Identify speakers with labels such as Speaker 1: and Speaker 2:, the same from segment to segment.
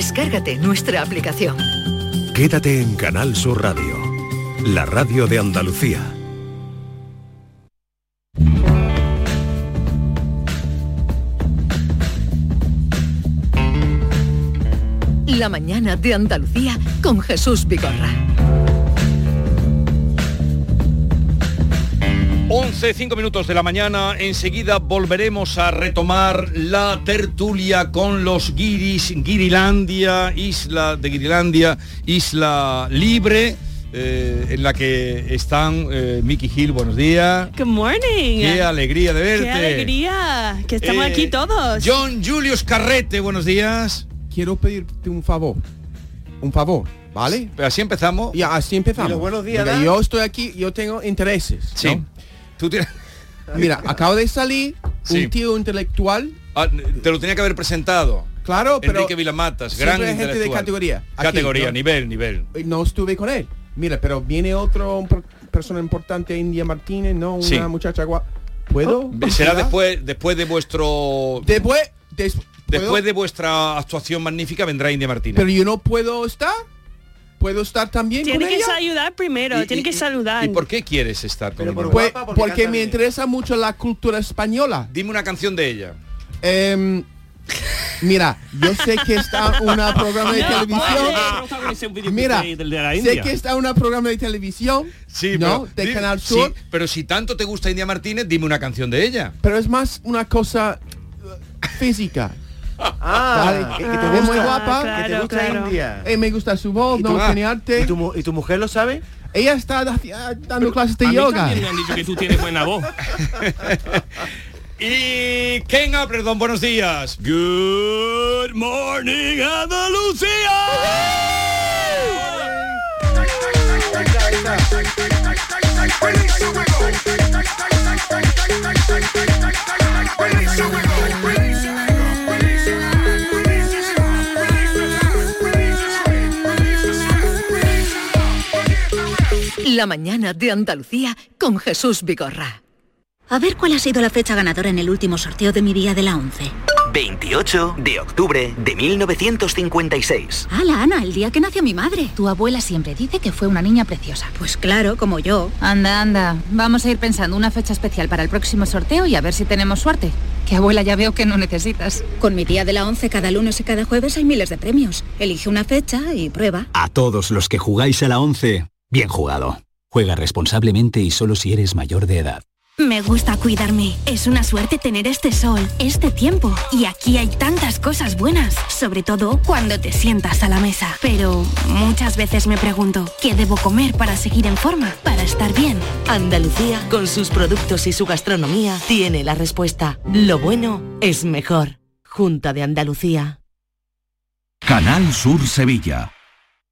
Speaker 1: Descárgate nuestra aplicación.
Speaker 2: Quédate en Canal Sur Radio, la radio de Andalucía.
Speaker 1: La mañana de Andalucía con Jesús Vigorra.
Speaker 3: 11, 5 minutos de la mañana, enseguida volveremos a retomar la tertulia con los guiris, Guirilandia, isla de Guirilandia, isla libre, eh, en la que están eh, Mickey Hill, buenos días.
Speaker 4: Good morning.
Speaker 3: Qué alegría de verte.
Speaker 4: Qué alegría que estamos
Speaker 3: Eh,
Speaker 4: aquí todos.
Speaker 3: John Julius Carrete, buenos días.
Speaker 5: Quiero pedirte un favor. Un favor, ¿vale?
Speaker 3: Así empezamos.
Speaker 5: Y así empezamos.
Speaker 6: Y los buenos días,
Speaker 5: Mira,
Speaker 6: ¿da?
Speaker 5: yo estoy aquí, yo tengo intereses.
Speaker 3: Sí.
Speaker 5: ¿no?
Speaker 3: Tú tienes-
Speaker 5: Mira, acabo de salir
Speaker 3: Sí.
Speaker 5: un tío intelectual,
Speaker 3: Ah, te lo tenía que haber presentado.
Speaker 5: claro, pero
Speaker 3: Enrique Vilamatas,
Speaker 5: siempre
Speaker 3: gran
Speaker 5: hay gente de
Speaker 3: intelectual.
Speaker 5: categoría. aquí,
Speaker 3: Categoría,
Speaker 5: ¿no?
Speaker 3: nivel, nivel.
Speaker 5: Y eh, no estuve con él. Mira, pero viene otro un pro- persona importante, India Martínez, no una
Speaker 3: Sí.
Speaker 5: muchacha guapa. ¿Puedo?
Speaker 3: Será
Speaker 5: ¿Verdad?
Speaker 3: después, después de vuestro
Speaker 5: Después, des-
Speaker 3: Después
Speaker 5: ¿puedo?
Speaker 3: de vuestra actuación magnífica vendrá India Martínez.
Speaker 5: Pero yo no puedo estar. ¿Puedo estar también
Speaker 4: Tiene
Speaker 5: con
Speaker 4: que
Speaker 5: ella?
Speaker 4: saludar primero,
Speaker 3: Y-
Speaker 4: tiene
Speaker 3: y-
Speaker 4: que
Speaker 3: y-
Speaker 4: saludar.
Speaker 3: ¿Y por qué quieres estar con
Speaker 6: Pero
Speaker 3: India
Speaker 6: por-
Speaker 5: Pues,
Speaker 3: Martínez?
Speaker 6: Guapa, porque
Speaker 5: porque,
Speaker 6: canta
Speaker 5: me
Speaker 6: bien.
Speaker 5: interesa mucho la cultura española.
Speaker 3: Dime una canción de ella.
Speaker 5: Em, mira, yo sé que está una programa de
Speaker 4: No,
Speaker 5: televisión. Mira, sé que está una programa de televisión, ¿no? de
Speaker 3: di-
Speaker 5: Canal
Speaker 3: sí,
Speaker 5: Sur,
Speaker 3: pero si tanto te gusta India Martínez, dime una canción de ella.
Speaker 5: pero es más una cosa eh, física.
Speaker 6: Ah,
Speaker 5: Vale.
Speaker 6: que,
Speaker 5: que
Speaker 6: que te
Speaker 5: Ah,
Speaker 6: gusta,
Speaker 5: muy guapa.
Speaker 6: que te
Speaker 4: claro,
Speaker 6: gusta
Speaker 4: claro.
Speaker 6: India.
Speaker 5: Eh, me gusta su voz,
Speaker 6: ¿Y
Speaker 5: no
Speaker 6: tu-
Speaker 5: tiene arte.
Speaker 6: ¿Y tu, mu- y tu mujer lo sabe?
Speaker 5: Ella está da- ah, dando clases de
Speaker 7: A mí
Speaker 5: yoga.
Speaker 7: también me han dicho que tú tienes buena voz.
Speaker 3: Y Ken perdón, buenos días.
Speaker 7: Good morning, Andalucía.
Speaker 1: La mañana de Andalucía con Jesús Vigorra.
Speaker 8: A ver cuál ha sido la fecha ganadora en el último sorteo de mi día de la 11.
Speaker 9: 28 de octubre de 1956.
Speaker 8: ¡Hala, Ana! El día que nació mi madre. Tu abuela siempre dice que fue una niña preciosa. Pues claro, como yo.
Speaker 10: Anda, anda. Vamos a ir pensando una fecha especial para el próximo sorteo y a ver si tenemos suerte. Que abuela ya veo que no necesitas.
Speaker 8: Con mi día de la 11 cada lunes y cada jueves hay miles de premios. Elige una fecha y prueba.
Speaker 9: A todos los que jugáis a la 11, bien jugado. Juega responsablemente y solo si eres mayor de edad.
Speaker 10: Me gusta cuidarme. Es una suerte tener este sol, este tiempo. Y aquí hay tantas cosas buenas, sobre todo cuando te sientas a la mesa. Pero muchas veces me pregunto, ¿qué debo comer para seguir en forma, para estar bien?
Speaker 11: Andalucía, con sus productos y su gastronomía, tiene la respuesta. Lo bueno es mejor. Junta de Andalucía.
Speaker 12: Canal Sur Sevilla.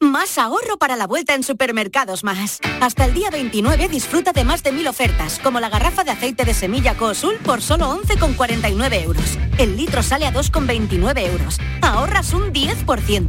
Speaker 10: más ahorro para la vuelta en Supermercados Más. Hasta el día 29 disfruta de más de mil ofertas, como la garrafa de aceite de semilla Coosul por solo 11,49 euros. El litro sale a 2,29 euros. Ahorras un 10%.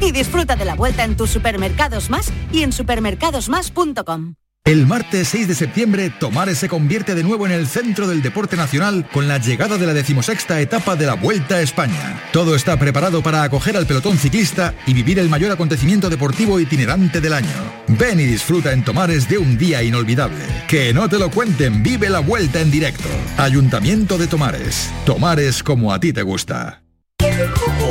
Speaker 10: Y disfruta de la vuelta en tus Supermercados Más y en supermercadosmás.com.
Speaker 13: El martes 6 de septiembre, Tomares se convierte de nuevo en el centro del deporte nacional con la llegada de la decimosexta etapa de la Vuelta a España. Todo está preparado para acoger al pelotón ciclista y vivir el mayor acontecimiento deportivo itinerante del año. Ven y disfruta en Tomares de un día inolvidable. Que no te lo cuenten, vive la Vuelta en directo. Ayuntamiento de Tomares. Tomares como a ti te gusta.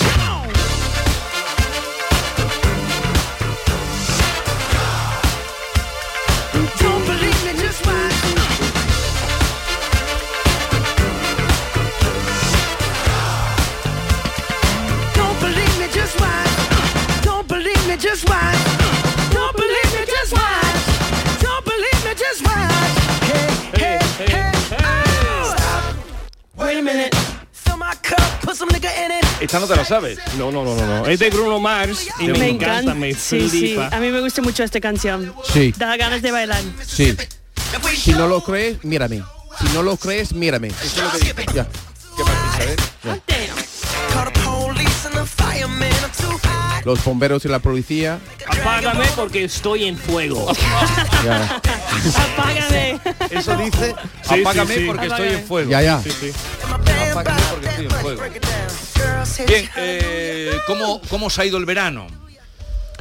Speaker 14: Come on. Don't believe me, just watch. Don't believe me, just watch. Don't believe me, just watch. Don't believe me, just watch. Don't believe me, just watch. Hey, hey, hey, oh. Wait a minute. Fill my cup, put some nigga in it.
Speaker 3: Esta no te la sabes.
Speaker 7: No, no, no, no, no. Es de Bruno Mars y me, encanta, me
Speaker 4: sí, sí.
Speaker 7: flipa.
Speaker 4: A mí me gusta mucho esta canción.
Speaker 15: Sí.
Speaker 4: Da ganas de bailar.
Speaker 15: Sí. Si no lo crees, mírame. Si no lo crees, mírame. Ya.
Speaker 14: Call the police and the firemen. I'm too high.
Speaker 15: Los bomberos y la policía.
Speaker 7: Apágame porque estoy en fuego.
Speaker 15: Ya,
Speaker 4: Apágame.
Speaker 3: Eso dice,
Speaker 15: Sí,
Speaker 3: apágame
Speaker 15: sí, sí.
Speaker 3: porque estoy en fuego.
Speaker 15: Ya, ya.
Speaker 3: Sí, sí. Apágame porque estoy en fuego. Bien, eh, ¿cómo, ¿cómo os ha ido el verano?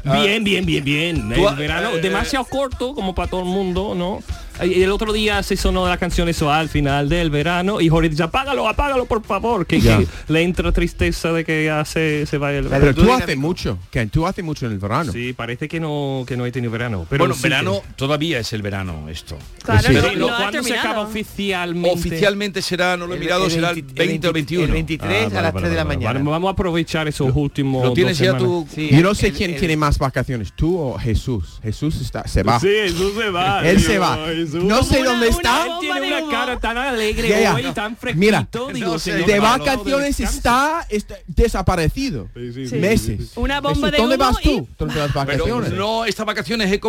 Speaker 7: Ah. Bien, bien, bien, bien.
Speaker 3: Tú-
Speaker 7: El verano
Speaker 3: eh,
Speaker 7: demasiado corto como para todo el mundo, ¿no? Y El otro día se sonó la canción eso al final del verano y Jorge dice, apágalo, apágalo, por favor, que,
Speaker 15: Ya.
Speaker 7: que le entra tristeza de que ya se, se vaya el verano.
Speaker 15: Pero tú haces mucho, que tú haces mucho en el verano.
Speaker 7: Sí, parece que no, que no he tenido verano. Pero
Speaker 3: bueno,
Speaker 7: sí
Speaker 3: verano
Speaker 7: que-
Speaker 3: todavía es el verano esto.
Speaker 7: Claro,
Speaker 3: Pero
Speaker 7: pero
Speaker 3: lo-
Speaker 7: no ha
Speaker 3: ¿cuándo se
Speaker 7: terminado.
Speaker 3: acaba oficialmente? Oficialmente será, no lo he
Speaker 7: El-
Speaker 3: mirado,
Speaker 7: el
Speaker 3: será el
Speaker 7: 20,
Speaker 3: 20 o 21.
Speaker 7: el 23
Speaker 15: a las 3 de la mañana.
Speaker 7: Vale, vamos a aprovechar esos últimos.
Speaker 15: Lo tienes
Speaker 7: dos
Speaker 15: ya tú.
Speaker 7: semanas.
Speaker 15: Yo no sé quién tiene más vacaciones, tú o Jesús. Jesús está, se va.
Speaker 7: Sí, Jesús se va.
Speaker 15: Él
Speaker 7: tío,
Speaker 15: se va.
Speaker 7: Jesús.
Speaker 15: No sé dónde está.
Speaker 7: Él tiene una cara tan alegre
Speaker 15: Ya, ya.
Speaker 7: hoy, tan fresquito.
Speaker 15: Mira,
Speaker 7: digo, señor,
Speaker 15: de
Speaker 7: no, no,
Speaker 15: vacaciones está, está desaparecido.
Speaker 4: sí.
Speaker 15: Meses.
Speaker 4: Una bomba
Speaker 15: Jesús,
Speaker 4: de
Speaker 15: ¿Dónde
Speaker 4: humo
Speaker 15: vas tú? durante las
Speaker 3: Pero
Speaker 15: vacaciones.
Speaker 3: no, estas vacaciones he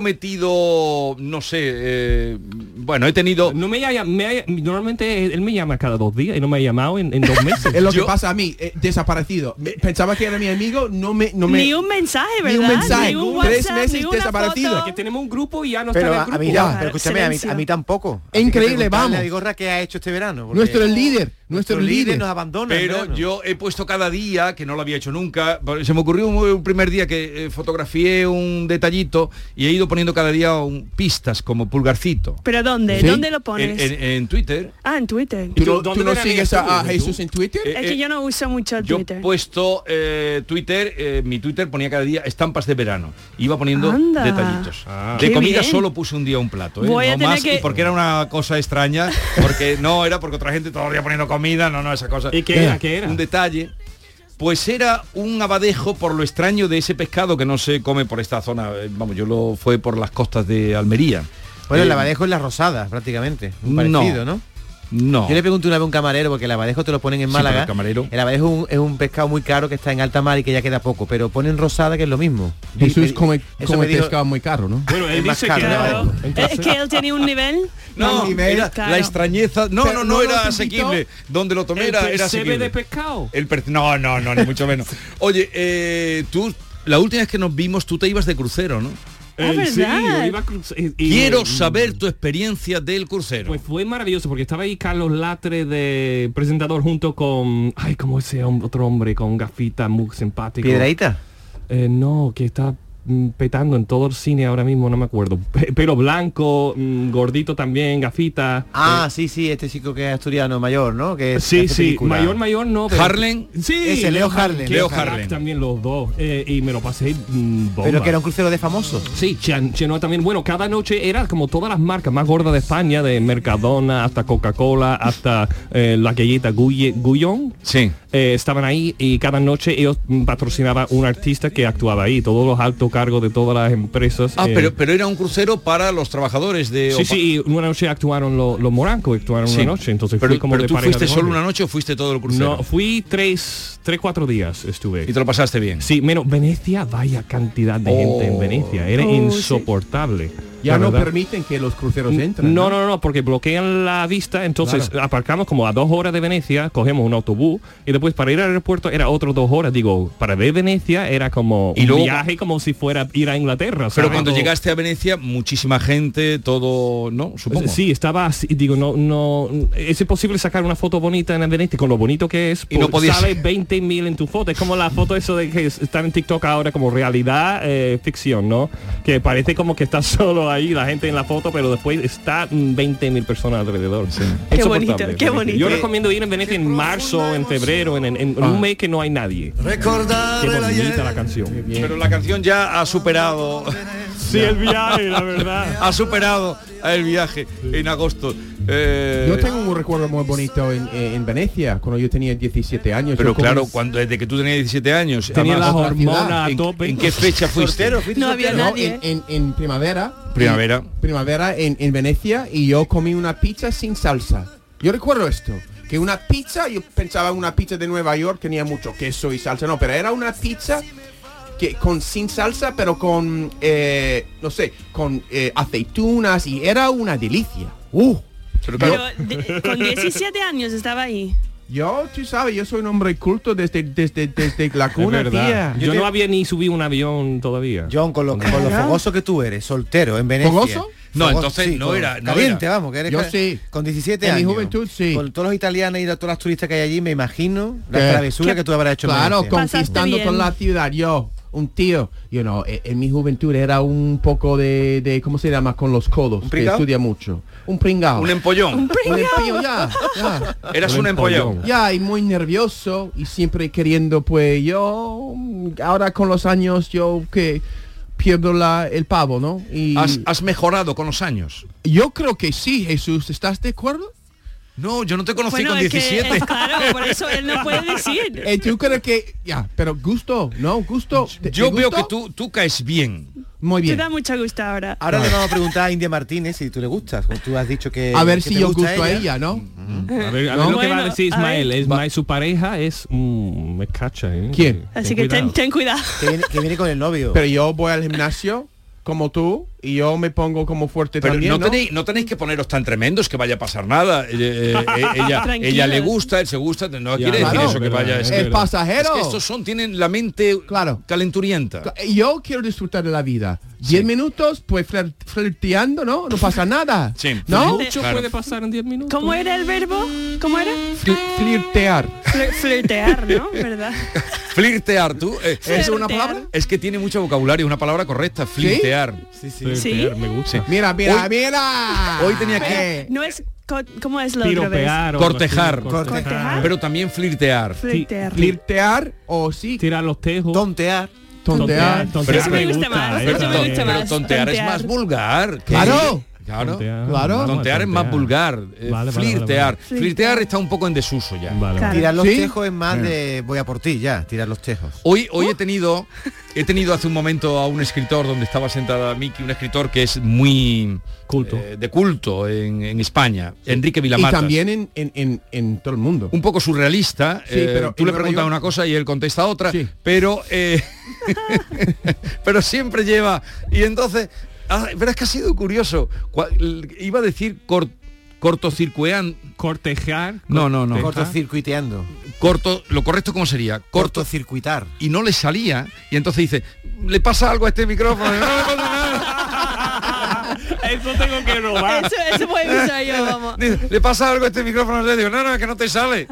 Speaker 3: cometido, no sé, eh, bueno, he tenido...
Speaker 7: No me haya, me haya- normalmente él me llama cada dos días y no me ha llamado en, en dos meses.
Speaker 15: Es lo que pasa a mí, eh, desaparecido. Me- Pensaba que era mi amigo, no me... No me
Speaker 4: Ni un mensaje,
Speaker 15: Ni
Speaker 4: ¿verdad?
Speaker 15: un mensaje.
Speaker 4: Ni un
Speaker 15: Tres
Speaker 4: WhatsApp,
Speaker 15: meses
Speaker 4: ni una
Speaker 15: desaparecido.
Speaker 4: foto.
Speaker 7: Que tenemos un grupo y ya no
Speaker 6: Pero
Speaker 7: está
Speaker 6: a,
Speaker 7: en
Speaker 6: a
Speaker 7: el
Speaker 6: mí
Speaker 7: grupo. Ah,
Speaker 6: ya, pero escúchame, a mí, a mí tampoco. Así que
Speaker 15: Increíble,
Speaker 6: preguntarle
Speaker 15: vamos.
Speaker 6: a Vigorra qué ha hecho este verano. porque
Speaker 15: Nuestro líder, nuestro líder.
Speaker 6: nos abandona. en
Speaker 3: Pero
Speaker 6: verano.
Speaker 3: yo he puesto cada día, que no lo había hecho nunca, se me ocurrió un, un primer día que eh, fotografié un detallito y he ido poniendo cada día un- pistas como pulgarcito.
Speaker 4: ¿Pero dónde?
Speaker 3: ¿Sí?
Speaker 4: ¿Dónde lo pones?
Speaker 3: En, en- en Twitter.
Speaker 4: ah, en Twitter.
Speaker 3: ¿Tú no- ¿Dónde tú no te la sigues lees tú, a- a Jesús? Jesús
Speaker 15: en Twitter?
Speaker 3: Eh,
Speaker 4: Es
Speaker 3: eh,
Speaker 4: que yo no uso mucho
Speaker 3: Yo he
Speaker 4: Twitter.
Speaker 3: puesto eh, Twitter, eh, mi Twitter ponía cada día estampas de verano. Iba poniendo
Speaker 4: Anda. Ah.
Speaker 3: detallitos.
Speaker 4: Qué
Speaker 3: de comida
Speaker 4: bien.
Speaker 3: solo puse un día un plato. ¿eh?
Speaker 4: Voy a
Speaker 3: no
Speaker 4: tener
Speaker 3: más,
Speaker 4: que-
Speaker 3: y porque era una cosa extraña, porque no, era porque otra gente todavía poniendo comida, no, no, esa cosa. Eh,
Speaker 7: ¿Y qué era? ¿Qué era?
Speaker 3: Un detalle. Pues era un abadejo por lo extraño de ese pescado que no se come por esta zona. eh, Vamos, yo lo fue por las costas de Almería.
Speaker 6: Bueno,
Speaker 3: Eh,
Speaker 6: el abadejo es la rosada, prácticamente. Un
Speaker 3: no.
Speaker 6: parecido, ¿no?
Speaker 3: No.
Speaker 6: Yo le pregunté una vez a un camarero, porque el abadejo te lo ponen en
Speaker 3: Sí,
Speaker 6: Málaga.
Speaker 3: pero el camarero-
Speaker 6: El abadejo es un, es un pescado muy caro que está en alta mar y que ya queda poco, pero ponen rosada que es lo mismo.
Speaker 15: Jesús come,
Speaker 6: eso
Speaker 15: come
Speaker 6: me dijo-
Speaker 15: pescado muy caro, ¿no?
Speaker 7: Bueno, él
Speaker 6: Es más
Speaker 7: dice
Speaker 6: caro,
Speaker 7: que
Speaker 6: ¿no?
Speaker 7: no.
Speaker 4: Eh, Es que él tiene un nivel.
Speaker 3: No, era
Speaker 4: Claro.
Speaker 3: la extrañeza. No,
Speaker 4: Pero
Speaker 3: no,
Speaker 4: no
Speaker 3: no, era
Speaker 4: nos invitó.
Speaker 3: asequible. Donde lo tomé
Speaker 7: El
Speaker 3: era, era
Speaker 7: percebe
Speaker 3: asequible.
Speaker 7: de pescado.
Speaker 3: El per- No, no, no, ni mucho menos. Oye, eh, tú, la última vez que nos vimos, tú te ibas de crucero, ¿no?
Speaker 7: Eh, sí, yo iba a cruz- eh, y-
Speaker 3: Quiero saber tu experiencia del crucero.
Speaker 7: Pues fue maravilloso porque estaba ahí Carlos Latre de presentador junto con ay cómo ese hom- otro hombre con gafita muy simpático.
Speaker 6: ¿Piedrahíta?
Speaker 7: Eh, no, que está mm, petando en todo el cine ahora mismo, no me acuerdo.
Speaker 6: Eh,
Speaker 7: Pe- Pelo blanco, mm, gordito también, gafita.
Speaker 6: Ah, sí, sí, este chico que es asturiano mayor, ¿no? Que es-
Speaker 7: Eh, Sí,
Speaker 6: hace
Speaker 7: sí,
Speaker 6: película.
Speaker 7: mayor, mayor no. pero-
Speaker 6: ¿Harlan?
Speaker 7: Sí,
Speaker 6: Ese, Leo Harlan.
Speaker 7: que
Speaker 6: Leo
Speaker 7: crack
Speaker 6: Harlan.
Speaker 7: También los dos. eh, y me lo pasé mm, bomba.
Speaker 6: Pero que era un crucero de famosos.
Speaker 7: Sí, Chan- Chenoa también. Bueno, cada noche era como todas las marcas más gordas de España, de Mercadona hasta Coca-Cola, hasta eh, la galleta Guye- Guyon.
Speaker 3: Sí.
Speaker 7: estaban ahí y cada noche ellos mm, patrocinaban un artista que actuaba ahí. Todos los altos cargos de todas las empresas.
Speaker 3: Ah,
Speaker 7: eh,
Speaker 3: pero, pero era un crucero para los trabajadores de
Speaker 7: Sí,
Speaker 3: Opa-
Speaker 7: sí, y una noche actuaron los, los morancos, actuaron
Speaker 3: Sí.
Speaker 7: una noche, entonces
Speaker 3: pero,
Speaker 7: fui como
Speaker 3: pero
Speaker 7: de
Speaker 3: tú
Speaker 7: pareja
Speaker 3: fuiste
Speaker 7: de
Speaker 3: solo
Speaker 7: novio.
Speaker 3: una noche o fuiste todo el crucero.
Speaker 7: No, fui tres, tres, cuatro días estuve. ¿Y
Speaker 3: te lo pasaste bien?
Speaker 7: Sí, menos Venecia, vaya cantidad de gente en Venecia, era
Speaker 15: Oh, sí.
Speaker 7: insoportable.
Speaker 15: Ya
Speaker 7: la
Speaker 15: no
Speaker 7: verdad.
Speaker 15: permiten que los cruceros entren.
Speaker 7: No, no, no, porque bloquean la vista, entonces aparcamos como a dos horas de Venecia, cogemos un autobús y después para ir al aeropuerto era otros dos horas, digo, para ver Venecia era como
Speaker 3: Y
Speaker 7: un
Speaker 3: luego-
Speaker 7: viaje como si fuera ir a Inglaterra.
Speaker 3: Pero
Speaker 7: ¿sabes?
Speaker 3: cuando
Speaker 7: O-
Speaker 3: llegaste a Venecia, muchísima gente, todo, ¿no? Supongo.
Speaker 7: Sí, estaba así, digo, no, no, es imposible sacar una foto bonita en Venecia con lo bonito que es,
Speaker 3: Y no podías.
Speaker 7: sale 20.000 en tu foto, es como la foto eso de que es- están en TikTok ahora como realidad, eh, ficción, ¿no? Que parece como que estás solo ahí, la gente en la foto, pero después está mm, 20.000 personas alrededor.
Speaker 4: Qué
Speaker 7: Insoportable.
Speaker 4: bonito, qué bonito.
Speaker 7: Yo recomiendo ir en Venecia en marzo, en febrero, en, en- en
Speaker 3: Ah.
Speaker 7: un mes que no hay nadie.
Speaker 3: Recordar
Speaker 7: Qué
Speaker 3: el
Speaker 7: bonita
Speaker 3: ayer.
Speaker 7: la canción.
Speaker 3: Pero la canción ya ha superado.
Speaker 7: Sí, el viaje, la verdad.
Speaker 3: ha superado el viaje en agosto. Eh,
Speaker 5: Yo tengo un recuerdo muy bonito en, eh, en Venecia, cuando yo tenía 17 años.
Speaker 3: Pero
Speaker 5: Yo como-
Speaker 3: claro, cuando desde que tú tenías 17 años,
Speaker 5: Tenía
Speaker 3: además,
Speaker 5: las
Speaker 3: otra ciudad.
Speaker 5: hormonas a
Speaker 3: ¿En-
Speaker 5: tope.
Speaker 3: ¿En qué fecha fuiste?
Speaker 5: No
Speaker 4: había nadie.
Speaker 5: En, en- en primavera.
Speaker 3: Primavera.
Speaker 5: Primavera en, en Venecia y yo comí una pizza sin salsa. Yo recuerdo esto. Que una pizza, yo pensaba una pizza de Nueva York tenía mucho queso y salsa, no, pero era una pizza que con sin salsa, pero con, eh, no sé, con eh, aceitunas y era una delicia. Uh,
Speaker 4: Pero de- con 17 años estaba ahí.
Speaker 5: Yo, tú sabes, yo soy un hombre culto desde, desde, desde la cuna,
Speaker 7: Es verdad.
Speaker 5: tía.
Speaker 7: Yo, no había ni subido un avión todavía.
Speaker 6: John, con lo, con lo fogoso que tú eres, soltero en Venecia.
Speaker 7: ¿Fogoso? No, entonces no
Speaker 6: con-
Speaker 7: era- no
Speaker 6: caliente,
Speaker 7: era.
Speaker 6: vamos, que eres
Speaker 7: Yo
Speaker 6: ca-
Speaker 7: sí.
Speaker 6: Con 17
Speaker 5: En mi
Speaker 6: años.
Speaker 5: juventud, sí.
Speaker 6: Con todos los italianos y todas las turistas que hay allí, me imagino la
Speaker 5: ¿Qué?
Speaker 6: travesura que tú habrás hecho en
Speaker 5: Claro,
Speaker 6: Venecia.
Speaker 5: conquistando toda la ciudad, yo, un tío, you know, e- en, mi juventud era un poco de, de- ¿cómo se llama? Con los codos, que
Speaker 3: pringao?
Speaker 5: estudia mucho. Un pringao.
Speaker 3: Un empollón. Un
Speaker 5: Ah. Un empollón, ya, ya.
Speaker 3: Eras un empollón.
Speaker 5: Ya, y muy nervioso y siempre queriendo, pues yo, mm, ahora con los años, yo que pierdo la, el pavo, ¿no? Y
Speaker 3: Has, has mejorado con los años.
Speaker 5: Yo creo que sí, Jesús, ¿estás de acuerdo?
Speaker 3: No, yo no te conocí
Speaker 5: Bueno,
Speaker 3: con
Speaker 5: es que-
Speaker 3: 17.
Speaker 5: es
Speaker 4: Claro, por eso él no puede decir.
Speaker 5: Eh, ¿Tú crees que, ya, pero gusto, no, gusto? ¿te-
Speaker 3: Yo
Speaker 5: te
Speaker 3: veo
Speaker 5: gustó?
Speaker 3: que tú, tú caes bien.
Speaker 5: Muy
Speaker 4: Te
Speaker 5: bien.
Speaker 4: da mucho gusto ahora.
Speaker 6: Ahora le vamos a preguntar a India Martínez si tú le gustas, como tú has dicho que
Speaker 5: A ver
Speaker 6: que
Speaker 5: si
Speaker 6: te
Speaker 5: yo
Speaker 6: gusta
Speaker 5: gusto a ella, ¿no?
Speaker 7: A ver, a ver
Speaker 5: ¿No?
Speaker 7: lo que va a
Speaker 5: Bueno,
Speaker 7: decir
Speaker 5: a ver.
Speaker 7: Ismael. Ismael, su pareja es... mm, me cacha, ¿eh?
Speaker 5: ¿Quién?
Speaker 4: Así que ten, ten cuidado.
Speaker 6: Que viene, con el novio.
Speaker 5: Pero yo voy al gimnasio como tú y yo me pongo como fuerte
Speaker 3: Pero
Speaker 5: también.
Speaker 3: no,
Speaker 5: No,
Speaker 3: Tenéis, no tenéis que poneros tan tremendos que vaya a pasar nada. Eh, eh, eh, ella,
Speaker 5: Tranquilos.
Speaker 3: ella le gusta, él se gusta, no quiere decir
Speaker 5: claro.
Speaker 3: eso que vaya a
Speaker 5: Es
Speaker 3: ser.
Speaker 5: verdad. pasajero.
Speaker 3: Es que estos son, tienen la mente calenturienta.
Speaker 5: Yo quiero disfrutar de la vida. Diez minutos, pues flir- flirteando, ¿no? No pasa nada.
Speaker 3: Sí.
Speaker 5: ¿No?
Speaker 7: Mucho puede pasar en 10 minutos.
Speaker 4: ¿Cómo era el verbo? ¿Cómo era?
Speaker 5: Fli- Flirtear.
Speaker 4: Flir- flirtear, ¿no? ¿Verdad?
Speaker 3: Flirtear, tú. eh,
Speaker 4: ¿Es una palabra?
Speaker 3: Es que tiene mucho vocabulario, una palabra correcta, flirtear.
Speaker 6: Sí,
Speaker 4: Sí. Flirtear,
Speaker 7: me gusta.
Speaker 5: Mira, mira,
Speaker 3: Hoy-
Speaker 5: mira.
Speaker 3: hoy tenía que-
Speaker 4: Pero No es co- ¿Cómo es la otra vez?
Speaker 3: cortejar,
Speaker 4: Cortejar. Cortejar.
Speaker 3: pero también flirtear.
Speaker 4: Flirtear.
Speaker 5: Flirtear o sí.
Speaker 7: Tirar los tejos.
Speaker 6: Tontear.
Speaker 5: Tontear. eh.
Speaker 3: Pero-
Speaker 4: Eso me gusta más,
Speaker 3: pero-
Speaker 4: eso me gusta
Speaker 3: pero
Speaker 4: más.
Speaker 3: tontear es
Speaker 4: Tontear.
Speaker 3: más vulgar. que-
Speaker 5: Claro.
Speaker 3: Claro.
Speaker 5: Tontear. Claro.
Speaker 3: Tontear, es más vulgar. eh,
Speaker 6: Vale, vale,
Speaker 3: flirtear.
Speaker 6: vale, vale.
Speaker 3: Flirtear está un poco en desuso ya.
Speaker 6: Claro. Tirar los
Speaker 3: ¿Sí?
Speaker 6: tejos es más
Speaker 3: Sí.
Speaker 6: de voy a por ti ya, tirar los tejos.
Speaker 3: Hoy,
Speaker 5: Uh.
Speaker 3: hoy he tenido he tenido hace un momento a un escritor donde estaba sentada Miki, un escritor que es muy eh,
Speaker 7: culto
Speaker 3: de culto en, en España, Enrique Vilamatas.
Speaker 5: Y también en, en- en- en todo el mundo.
Speaker 3: un poco surrealista.
Speaker 5: Sí,
Speaker 3: eh,
Speaker 5: pero
Speaker 3: tú
Speaker 5: en
Speaker 3: le
Speaker 5: Nueva
Speaker 3: preguntas
Speaker 5: York-
Speaker 3: una cosa y él contesta otra, pero eh, pero siempre lleva y entonces ah, verás que ha sido curioso. Cua- l- Iba a decir cor- cortocircuean
Speaker 7: cortejar.
Speaker 3: No, no, no.
Speaker 6: Cortocircuiteando.
Speaker 3: Corto, lo correcto cómo sería?
Speaker 6: Cortocircuitar.
Speaker 3: Y no le salía y entonces dice, "Le pasa algo a este micrófono."
Speaker 7: Eso tengo que robar.
Speaker 4: Eso, eso voy a usar yo, vamos.
Speaker 3: Dice, Le pasa algo a este micrófono, le digo, no, no, es que no te sale.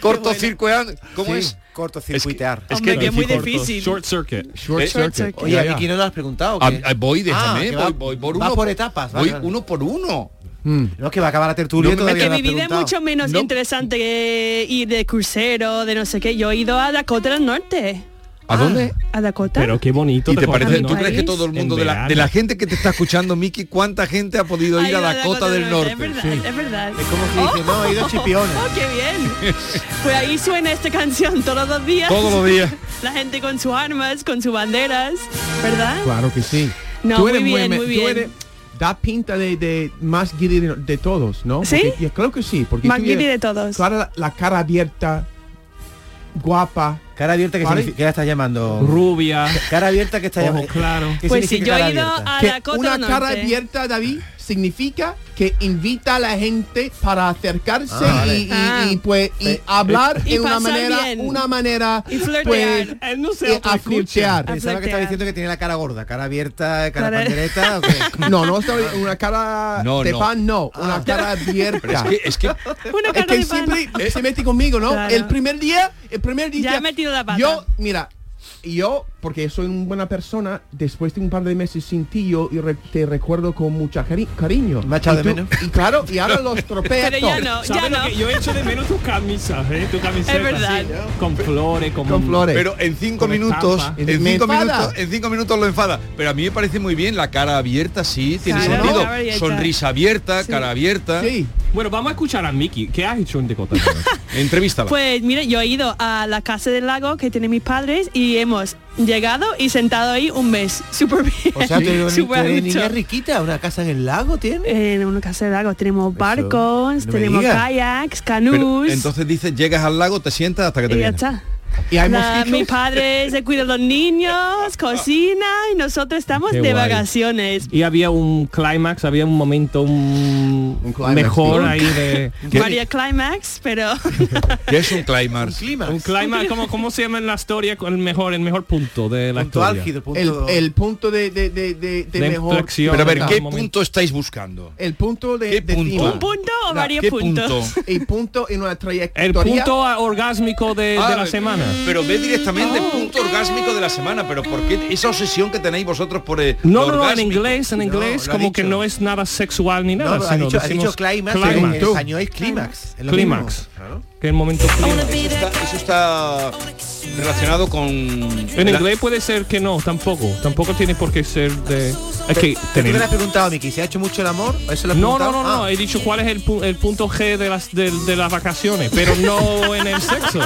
Speaker 3: Cortocircueando, ¿cómo
Speaker 6: Sí,
Speaker 3: es?
Speaker 6: Cortocircuitear.
Speaker 3: Es que- Hombre, que es muy
Speaker 6: Corto-
Speaker 3: difícil.
Speaker 7: Short circuit.
Speaker 3: Short circuit.
Speaker 6: Oye,
Speaker 3: Ya,
Speaker 6: a
Speaker 3: ya.
Speaker 6: Vicky no lo has preguntado.
Speaker 3: Ah,
Speaker 6: ¿qué?
Speaker 3: ah, voy,
Speaker 6: Ah,
Speaker 3: déjame,
Speaker 6: que
Speaker 3: voy,
Speaker 6: va-
Speaker 3: voy por
Speaker 6: va
Speaker 3: uno.
Speaker 6: por etapas.
Speaker 3: voy uno por uno.
Speaker 6: No, que va a acabar la tertulia
Speaker 3: No,
Speaker 6: todavía
Speaker 4: Que
Speaker 6: no
Speaker 4: mi
Speaker 6: has
Speaker 4: vida es
Speaker 6: preguntado.
Speaker 4: mucho menos
Speaker 6: No.
Speaker 4: interesante que ir de crucero, de no sé qué. Yo he ido a Dakota del Norte. Ah,
Speaker 3: ¿A dónde?
Speaker 4: A Dakota.
Speaker 7: Pero qué bonito.
Speaker 3: ¿Y te
Speaker 7: cortan
Speaker 3: parece,
Speaker 7: el
Speaker 3: tú crees que
Speaker 7: país
Speaker 3: todo el
Speaker 7: en
Speaker 3: mundo de la, de la
Speaker 7: verano.
Speaker 3: gente que te está escuchando, Miki, cuánta gente ha podido ir a
Speaker 4: Ay,
Speaker 3: Dakota del Norte?
Speaker 4: Es verdad, es verdad. Es
Speaker 6: como
Speaker 3: que dice, no, he ido a Chipiones.
Speaker 4: Oh, qué bien. Pues ahí suena esta canción todos los días.
Speaker 3: Todos los días.
Speaker 4: La gente con sus armas, con sus banderas, ¿verdad?
Speaker 5: Claro que sí.
Speaker 4: No, muy bien,
Speaker 5: me-
Speaker 4: muy
Speaker 5: tú
Speaker 4: bien.
Speaker 5: eres- da pinta de, de más guiri de, de todos, ¿no?
Speaker 4: ¿Sí?
Speaker 5: Porque- yo creo que sí. Porque
Speaker 4: Más
Speaker 5: tú
Speaker 4: guiri
Speaker 5: eres-
Speaker 4: de todos.
Speaker 5: Claro, la, la cara abierta, guapa.
Speaker 6: Cara abierta que,
Speaker 5: Vale.
Speaker 6: significa- que la estás llamando.
Speaker 7: Rubia.
Speaker 6: Cara abierta que está
Speaker 7: Ojo
Speaker 6: llamando.
Speaker 7: claro.
Speaker 6: ¿Qué
Speaker 5: Pues si yo
Speaker 6: significa
Speaker 5: he
Speaker 6: cara
Speaker 5: ido
Speaker 6: abierta?
Speaker 5: a
Speaker 6: Que-
Speaker 5: la
Speaker 4: Dakota
Speaker 5: una
Speaker 4: del Norte.
Speaker 5: cara abierta, David, significa que invita a la gente para acercarse
Speaker 6: Ah, vale.
Speaker 5: y, y-
Speaker 4: Ah.
Speaker 5: y, pues y
Speaker 4: Eh,
Speaker 5: hablar
Speaker 4: y
Speaker 5: de una
Speaker 4: pasar
Speaker 5: manera,
Speaker 4: bien.
Speaker 5: una manera
Speaker 4: Y flirtear.
Speaker 5: pues,
Speaker 4: Él no se
Speaker 5: eh, a
Speaker 4: autoescucha.
Speaker 5: flirtear.
Speaker 4: A
Speaker 6: Pensaba que estaba diciendo que tiene la cara gorda, cara abierta, cara
Speaker 5: Cara-
Speaker 6: pandereta. ¿o qué?
Speaker 5: No, no estaba una cara
Speaker 6: No,
Speaker 5: de
Speaker 6: no.
Speaker 5: pan, no, una Ah, cara abierta.
Speaker 3: Pero es que, es que
Speaker 5: es que siempre se mete conmigo, ¿no?
Speaker 4: Claro.
Speaker 5: El primer día, el primer día.
Speaker 4: Ya he metido la pata.
Speaker 5: Yo, mira, yo porque soy una buena persona, después de un par de meses sin ti, yo y re- te recuerdo con mucha cari- cariño. Me
Speaker 6: echado de
Speaker 5: menos. Y claro, y ahora los tropeos.
Speaker 4: Pero ya no, ya
Speaker 16: ¿Sabes lo
Speaker 4: no.
Speaker 16: que yo echo de menos tus camisas, ¿eh? Tu camiseta.
Speaker 4: Es verdad.
Speaker 16: así, Con flores, con,
Speaker 3: Mm. Pero en cinco
Speaker 16: con
Speaker 3: minutos,
Speaker 16: estampa.
Speaker 3: en
Speaker 16: Me
Speaker 3: cinco
Speaker 16: enfada.
Speaker 3: minutos, en cinco minutos lo enfada. Pero a mí me parece muy bien la cara abierta, sí, tiene
Speaker 16: Claro,
Speaker 3: sentido.
Speaker 16: cara abierta.
Speaker 3: Sonrisa abierta,
Speaker 16: Sí.
Speaker 3: cara abierta.
Speaker 16: Bueno, vamos a escuchar a Miki. ¿Qué has hecho en Decota?
Speaker 3: Entrevístala.
Speaker 4: Pues mira, yo he ido a la casa del lago que tienen mis padres y hemos llegado y sentado ahí un mes. Súper bien.
Speaker 6: O sea, tú eres,
Speaker 4: súper
Speaker 6: tú eres
Speaker 4: a gusto.
Speaker 6: niña riquita, una casa en el lago tiene.
Speaker 4: En una casa del lago tenemos barcos,
Speaker 3: no me
Speaker 4: tenemos
Speaker 3: digas.
Speaker 4: kayaks,
Speaker 3: Pero
Speaker 4: canús.
Speaker 3: entonces dices, llegas al lago, te sientas hasta que te
Speaker 4: y ya
Speaker 3: vienes.
Speaker 4: está.
Speaker 3: ¿Y hay
Speaker 4: La-
Speaker 3: mosquitos?
Speaker 4: mis padres se cuidan los niños, cocina y nosotros estamos
Speaker 7: Qué
Speaker 4: de
Speaker 7: guay.
Speaker 4: vacaciones.
Speaker 7: Y había un climax, había un momento un mejor
Speaker 4: Un-
Speaker 7: ahí de...
Speaker 4: María Climax, pero
Speaker 3: ¿Qué es un climax?
Speaker 7: Un climax, ¿cómo, ¿cómo se llama en la historia el mejor, el mejor punto de la historia?
Speaker 5: el, el punto de, de, de, de, de
Speaker 7: De
Speaker 5: mejor.
Speaker 7: inflexión.
Speaker 3: Pero a ver,
Speaker 7: Venga,
Speaker 3: ¿qué
Speaker 7: un momento.
Speaker 3: punto estáis buscando?
Speaker 5: El punto de,
Speaker 3: ¿Qué
Speaker 5: de
Speaker 3: punto?
Speaker 5: cima.
Speaker 3: ¿Un punto
Speaker 4: o varios
Speaker 3: ¿qué puntos? punto?
Speaker 5: El punto en una trayectoria.
Speaker 7: El punto a- orgásmico de, de
Speaker 3: Ah,
Speaker 7: la semana.
Speaker 3: Pero ve directamente punto orgásmico de la semana. Pero ¿por qué esa obsesión que tenéis vosotros por el
Speaker 7: No, no, no, en inglés, en inglés como que no es nada sexual ni nada.
Speaker 6: No, ha
Speaker 7: sino
Speaker 6: dicho- ha
Speaker 7: decimos
Speaker 6: dicho climax, en- en español es clímax, es lo
Speaker 7: Clímax. Que el momento
Speaker 3: Eso está, eso está relacionado con...
Speaker 7: En
Speaker 3: la-
Speaker 7: inglés puede ser que no, tampoco. Tampoco tiene por qué ser de... Es que
Speaker 6: ¿Tú me
Speaker 7: tener-
Speaker 6: lo has preguntado, Miki? ¿Se ha hecho mucho el amor? ¿O eso lo has
Speaker 7: No, no,
Speaker 6: preguntado?
Speaker 7: no, no,
Speaker 6: Ah.
Speaker 7: he dicho cuál es el, pu- el punto G de las, de, de las vacaciones, pero no en el sexo.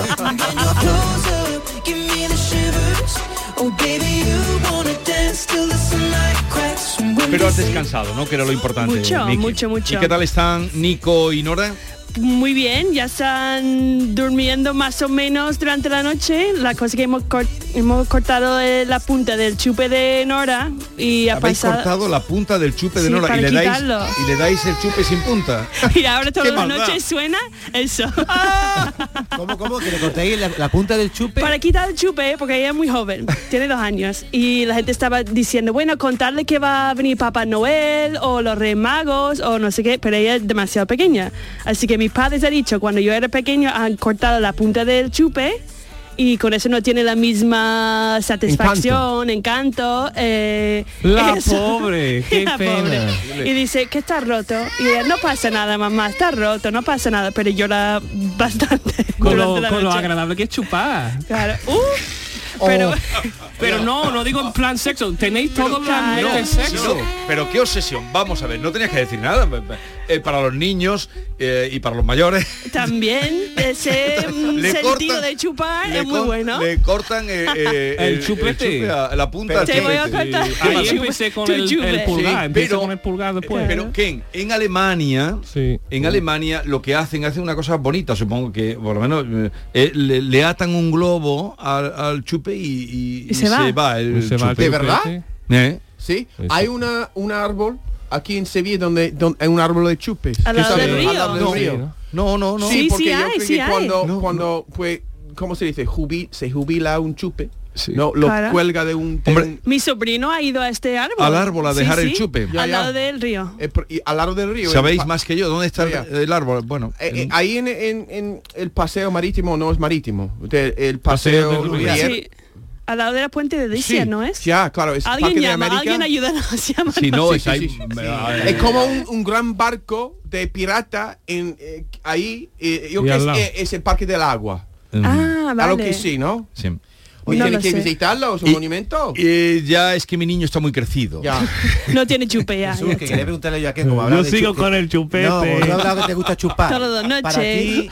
Speaker 3: Pero has descansado, ¿no? Que era lo importante.
Speaker 4: Mucho,
Speaker 3: Miki.
Speaker 4: mucho, mucho.
Speaker 3: ¿Y qué tal están Nico y Nora?
Speaker 4: muy bien, ya están durmiendo más o menos durante la noche. La cosa que hemos, cort- hemos cortado eh, la punta del chupe de Nora y ha
Speaker 3: Habéis
Speaker 4: pasado...
Speaker 3: cortado la punta del chupe de
Speaker 4: Sí,
Speaker 3: Nora
Speaker 4: para
Speaker 3: y le, dais,
Speaker 4: quitarlo.
Speaker 3: y le dais el chupe sin punta.
Speaker 4: Y ahora todas
Speaker 3: Qué
Speaker 4: las
Speaker 3: maldad.
Speaker 4: noches suena eso.
Speaker 6: ¿Cómo, cómo? ¿Que le cortáis la, la punta del chupe?
Speaker 4: Para quitar el chupe, porque ella es muy joven, tiene dos años. Y la gente estaba diciendo, bueno, contarle que va a venir Papá Noel o los Reyes Magos o no sé qué, pero ella es demasiado pequeña. Así que mis padres han dicho, cuando yo era pequeño han cortado la punta del chupe y con eso no tiene la misma satisfacción, encanto. eh,
Speaker 7: La pobre, qué
Speaker 4: La
Speaker 7: pena.
Speaker 4: Y dice que está roto. Y ella, no pasa nada, mamá, está roto, no pasa nada, pero llora bastante.
Speaker 7: Con lo,
Speaker 4: durante la
Speaker 7: con lo
Speaker 4: noche.
Speaker 7: agradable que es chupar.
Speaker 4: Claro.
Speaker 5: Oh.
Speaker 4: Uh, pero
Speaker 7: Pero no, no digo en plan sexo. Tenéis todo la
Speaker 3: No,
Speaker 7: de sexo.
Speaker 3: no, pero qué obsesión. Vamos a ver, no tenías que decir nada. Eh, para los niños eh, y para los mayores.
Speaker 4: también ese mm,
Speaker 3: Le
Speaker 4: sentido
Speaker 3: cortan-
Speaker 4: de chupar
Speaker 3: le
Speaker 4: es muy
Speaker 3: cor-
Speaker 4: bueno.
Speaker 3: Le cortan eh, eh,
Speaker 7: El chupete.
Speaker 3: a- la punta
Speaker 4: Te voy a cortar
Speaker 3: Sí.
Speaker 7: Ahí empecé con
Speaker 4: tu
Speaker 7: el,
Speaker 4: chupe.
Speaker 7: el pulgar,
Speaker 3: Sí,
Speaker 7: empecé
Speaker 3: pero-
Speaker 7: con el pulgar después. ¿eh?
Speaker 3: Pero Ken, en Alemania, en Alemania lo que hacen, hacen una cosa bonita, supongo que por lo menos eh, eh, le, le atan un globo al, al chupe y, y-
Speaker 5: Y se va.
Speaker 3: el
Speaker 7: se va el
Speaker 3: chupe.
Speaker 5: ¿De verdad? sí.
Speaker 3: ¿Eh?
Speaker 5: Sí, hay una, un árbol aquí en Sevilla donde, donde hay un árbol de chupes.
Speaker 4: Al
Speaker 5: ¿Tú
Speaker 4: lado
Speaker 5: sabes?
Speaker 4: del río.
Speaker 5: del
Speaker 4: No,
Speaker 5: río.
Speaker 4: sí, ¿no?
Speaker 3: No, no, no.
Speaker 5: Sí,
Speaker 4: Sí,
Speaker 5: porque
Speaker 4: sí
Speaker 5: yo
Speaker 4: hay,
Speaker 5: creo
Speaker 4: sí
Speaker 5: que
Speaker 4: hay.
Speaker 5: cuando,
Speaker 4: No,
Speaker 5: cuando pues, ¿cómo se dice? Jubi- se jubila un chupe. No, lo
Speaker 4: Claro.
Speaker 5: cuelga de un, de un-
Speaker 4: Mi sobrino ha ido a este árbol.
Speaker 3: Al árbol a dejar el chupe.
Speaker 4: Al
Speaker 3: Ya, ya.
Speaker 4: lado del río.
Speaker 5: eh, por- y al lado del río.
Speaker 3: Sabéis
Speaker 5: en-
Speaker 3: más que yo, ¿dónde está
Speaker 5: Ya,
Speaker 3: el, el árbol? Bueno,
Speaker 5: eh, eh,
Speaker 3: el-
Speaker 5: ahí en, en- en el paseo marítimo no es marítimo. de- el paseo,
Speaker 3: Paseo del Lubrier.
Speaker 5: Lubrier.
Speaker 4: Sí, al lado de la puente de
Speaker 5: Sí,
Speaker 4: Delicia, ¿no es?
Speaker 5: Ya, claro, es
Speaker 4: Alguien
Speaker 5: Parque de
Speaker 4: llama,
Speaker 5: América.
Speaker 4: alguien ayúdanos, llama.
Speaker 3: si no, está ahí- Ah,
Speaker 5: Es como un, un gran barco de pirata en eh, ahí eh, yo
Speaker 3: Y
Speaker 5: creo
Speaker 3: al
Speaker 5: que
Speaker 3: lado.
Speaker 5: es, es el parque del agua.
Speaker 7: Mm.
Speaker 4: Ah, vale.
Speaker 5: Algo que sí, ¿no?
Speaker 3: Sí.
Speaker 5: Oye,
Speaker 4: No
Speaker 5: tienes
Speaker 4: lo
Speaker 5: que
Speaker 4: sé.
Speaker 5: visitarlo, es un
Speaker 3: Y-
Speaker 5: monumento.
Speaker 3: eh, ya es que mi niño está muy crecido.
Speaker 4: No tiene chupe ya.
Speaker 6: Jesús, que quería preguntarle yo a Ken, como
Speaker 3: Yo
Speaker 6: hablaba de
Speaker 3: sigo
Speaker 6: chupe.
Speaker 3: con el chupete.
Speaker 6: No, porque tú has hablado que te gusta chupar.
Speaker 4: Todas las
Speaker 6: Para
Speaker 4: noches.
Speaker 6: ti,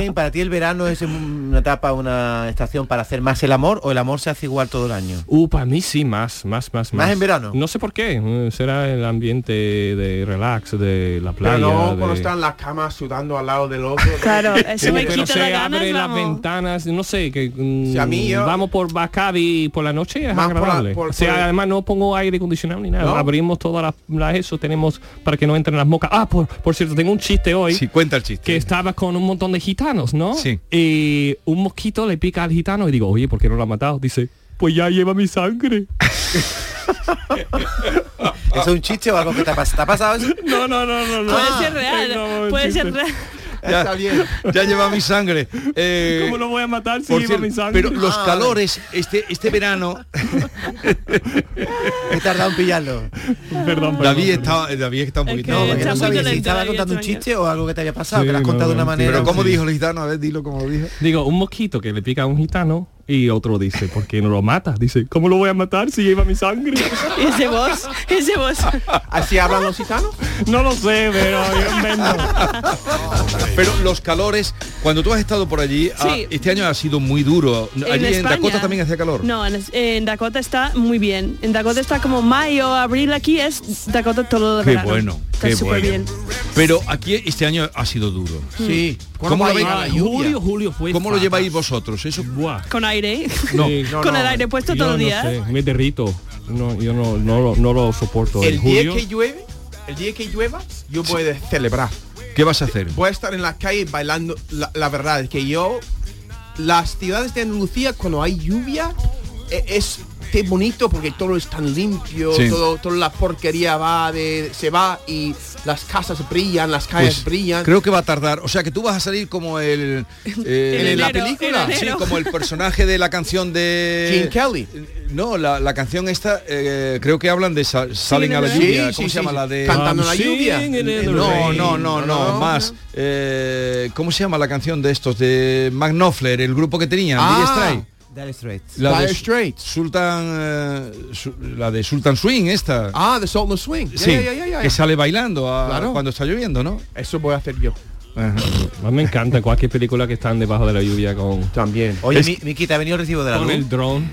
Speaker 6: Ken, para ti el verano es una etapa, una estación para hacer más el amor o el amor se hace igual todo el año.
Speaker 7: Uh, para mí sí, más, más, más, más.
Speaker 6: ¿Más en verano?
Speaker 7: No sé por qué. eh, Será el ambiente de relax, de la playa.
Speaker 5: Pero no
Speaker 7: de-
Speaker 5: cuando está en la cama sudando al lado del otro.
Speaker 4: Claro, eso me
Speaker 7: pero
Speaker 4: quita
Speaker 7: se
Speaker 4: las ganas,
Speaker 7: abre las
Speaker 4: vamos.
Speaker 7: ventanas, no sé, que mm,
Speaker 5: Si a mí yo-
Speaker 7: vamos por Bacabi por la noche es
Speaker 5: Más por la-
Speaker 7: agradable.
Speaker 5: por-
Speaker 7: O sea,
Speaker 5: por el-
Speaker 7: además no pongo aire acondicionado ni nada.
Speaker 5: ¿No?
Speaker 7: Abrimos todas las las eso tenemos para que no entren las mocas. Ah, por, por cierto, tengo un chiste hoy.
Speaker 3: Sí, cuenta el chiste.
Speaker 7: Que estaba con un montón de gitanos, ¿no?
Speaker 3: Sí.
Speaker 7: Y un mosquito le pica al gitano y digo, oye, ¿por qué no lo ha matado? Dice, pues ya lleva mi sangre.
Speaker 6: ¿Eso Ah, es un chiste o algo que te ha, pas- te ha pasado?
Speaker 7: No, no, no, no, no.
Speaker 4: Puede ser real,
Speaker 7: Eh, no,
Speaker 4: puede ser
Speaker 7: chiste.
Speaker 4: real.
Speaker 3: ya,
Speaker 5: Está bien.
Speaker 3: ya lleva mi sangre. Eh,
Speaker 7: ¿Cómo lo voy a matar si
Speaker 3: por
Speaker 7: lleva
Speaker 3: cierto,
Speaker 7: mi sangre?
Speaker 3: Pero los
Speaker 7: Ah, vale.
Speaker 3: calores, este, este verano. He tardado en pillarlo.
Speaker 7: Perdón,
Speaker 3: David está, David está un poquito.
Speaker 6: No, porque no sabía si estaba contando un chiste o algo que te había pasado, que lo has contado de una manera.
Speaker 7: Pero ¿cómo dijo
Speaker 3: el gitano? A ver, dilo como lo dije.
Speaker 7: Digo, un mosquito que le pica a un gitano y otro dice, ¿por qué no lo matas? Dice, ¿cómo lo voy a matar si lleva mi sangre?
Speaker 4: Y ese voz, ese voz.
Speaker 5: ¿Así hablan los gitanos?
Speaker 7: No lo sé, pero yo invento.
Speaker 3: Pero los calores, cuando tú has estado por allí, ah,
Speaker 4: Sí.
Speaker 3: este año ha sido muy duro. Allí en
Speaker 4: España-
Speaker 3: Dakota también hacía calor.
Speaker 4: No, en, en Dakota está muy bien. En Dakota está como mayo, abril aquí es Dakota todo el
Speaker 3: Qué
Speaker 4: verano.
Speaker 3: bueno,
Speaker 4: Está
Speaker 3: qué
Speaker 4: súper
Speaker 3: bueno.
Speaker 4: bien.
Speaker 3: Pero aquí este año ha sido duro.
Speaker 5: Mm.
Speaker 4: Sí.
Speaker 3: ¿Cómo lo
Speaker 4: ¿Cuándo va a
Speaker 3: veis?
Speaker 4: llegar la lluvia? Julio,
Speaker 7: fue
Speaker 3: ¿Cómo lo lleváis vosotros? Eso.
Speaker 4: Con aire.
Speaker 7: No,
Speaker 4: Con el aire puesto
Speaker 7: yo
Speaker 4: todo el
Speaker 7: no
Speaker 4: día.
Speaker 7: sé, me derrito. No, yo no, no, lo- no lo soporto.
Speaker 5: El
Speaker 7: En
Speaker 5: día
Speaker 7: julio,
Speaker 5: que llueve, el día que llueva, yo voy a
Speaker 3: Celebrar. ¿Qué vas a hacer?
Speaker 5: Voy a estar en la calle bailando. La, la verdad es que yo, las ciudades de Andalucía, cuando hay lluvia, e- es qué bonito porque todo es tan limpio,
Speaker 3: Sí.
Speaker 5: todo, toda la porquería va de, se va y las casas brillan, las calles
Speaker 3: Pues,
Speaker 5: brillan.
Speaker 3: Creo que va a tardar. O sea que tú vas a salir como el eh,
Speaker 5: En la enero, película. en
Speaker 3: sí,
Speaker 5: enero.
Speaker 3: como el personaje de la canción de
Speaker 5: Gene Kelly.
Speaker 3: No, la, la canción esta eh, creo que hablan de sa- salen a la
Speaker 5: Sí,
Speaker 3: lluvia.
Speaker 5: sí,
Speaker 3: ¿Cómo
Speaker 5: sí,
Speaker 3: se llama
Speaker 5: sí.
Speaker 3: la de
Speaker 5: Cantando la lluvia.
Speaker 3: Eh,
Speaker 5: Singing in the
Speaker 3: No,
Speaker 5: rain.
Speaker 3: no, no, no,
Speaker 5: No,
Speaker 3: más. eh, ¿Cómo se llama la canción de estos de Mac Knopfler, el grupo que tenían?
Speaker 5: Ah.
Speaker 3: Dire Straits?
Speaker 6: Dire Straits.
Speaker 3: La de
Speaker 6: Dire
Speaker 3: Su- Sultan, eh, su- la de Sultan Swing esta.
Speaker 5: Ah, de Salt and Swing. Ya,
Speaker 3: Sí,
Speaker 5: ya, ya, ya, ya.
Speaker 3: que sale bailando a-
Speaker 5: Claro.
Speaker 3: cuando está lloviendo, ¿no?
Speaker 5: Eso voy a hacer yo.
Speaker 7: más me encanta cualquier película que están debajo de la lluvia con...
Speaker 5: También.
Speaker 6: Oye, Mi- Miki, te ha venido el recibo de la
Speaker 7: Con
Speaker 6: luz.
Speaker 7: el dron.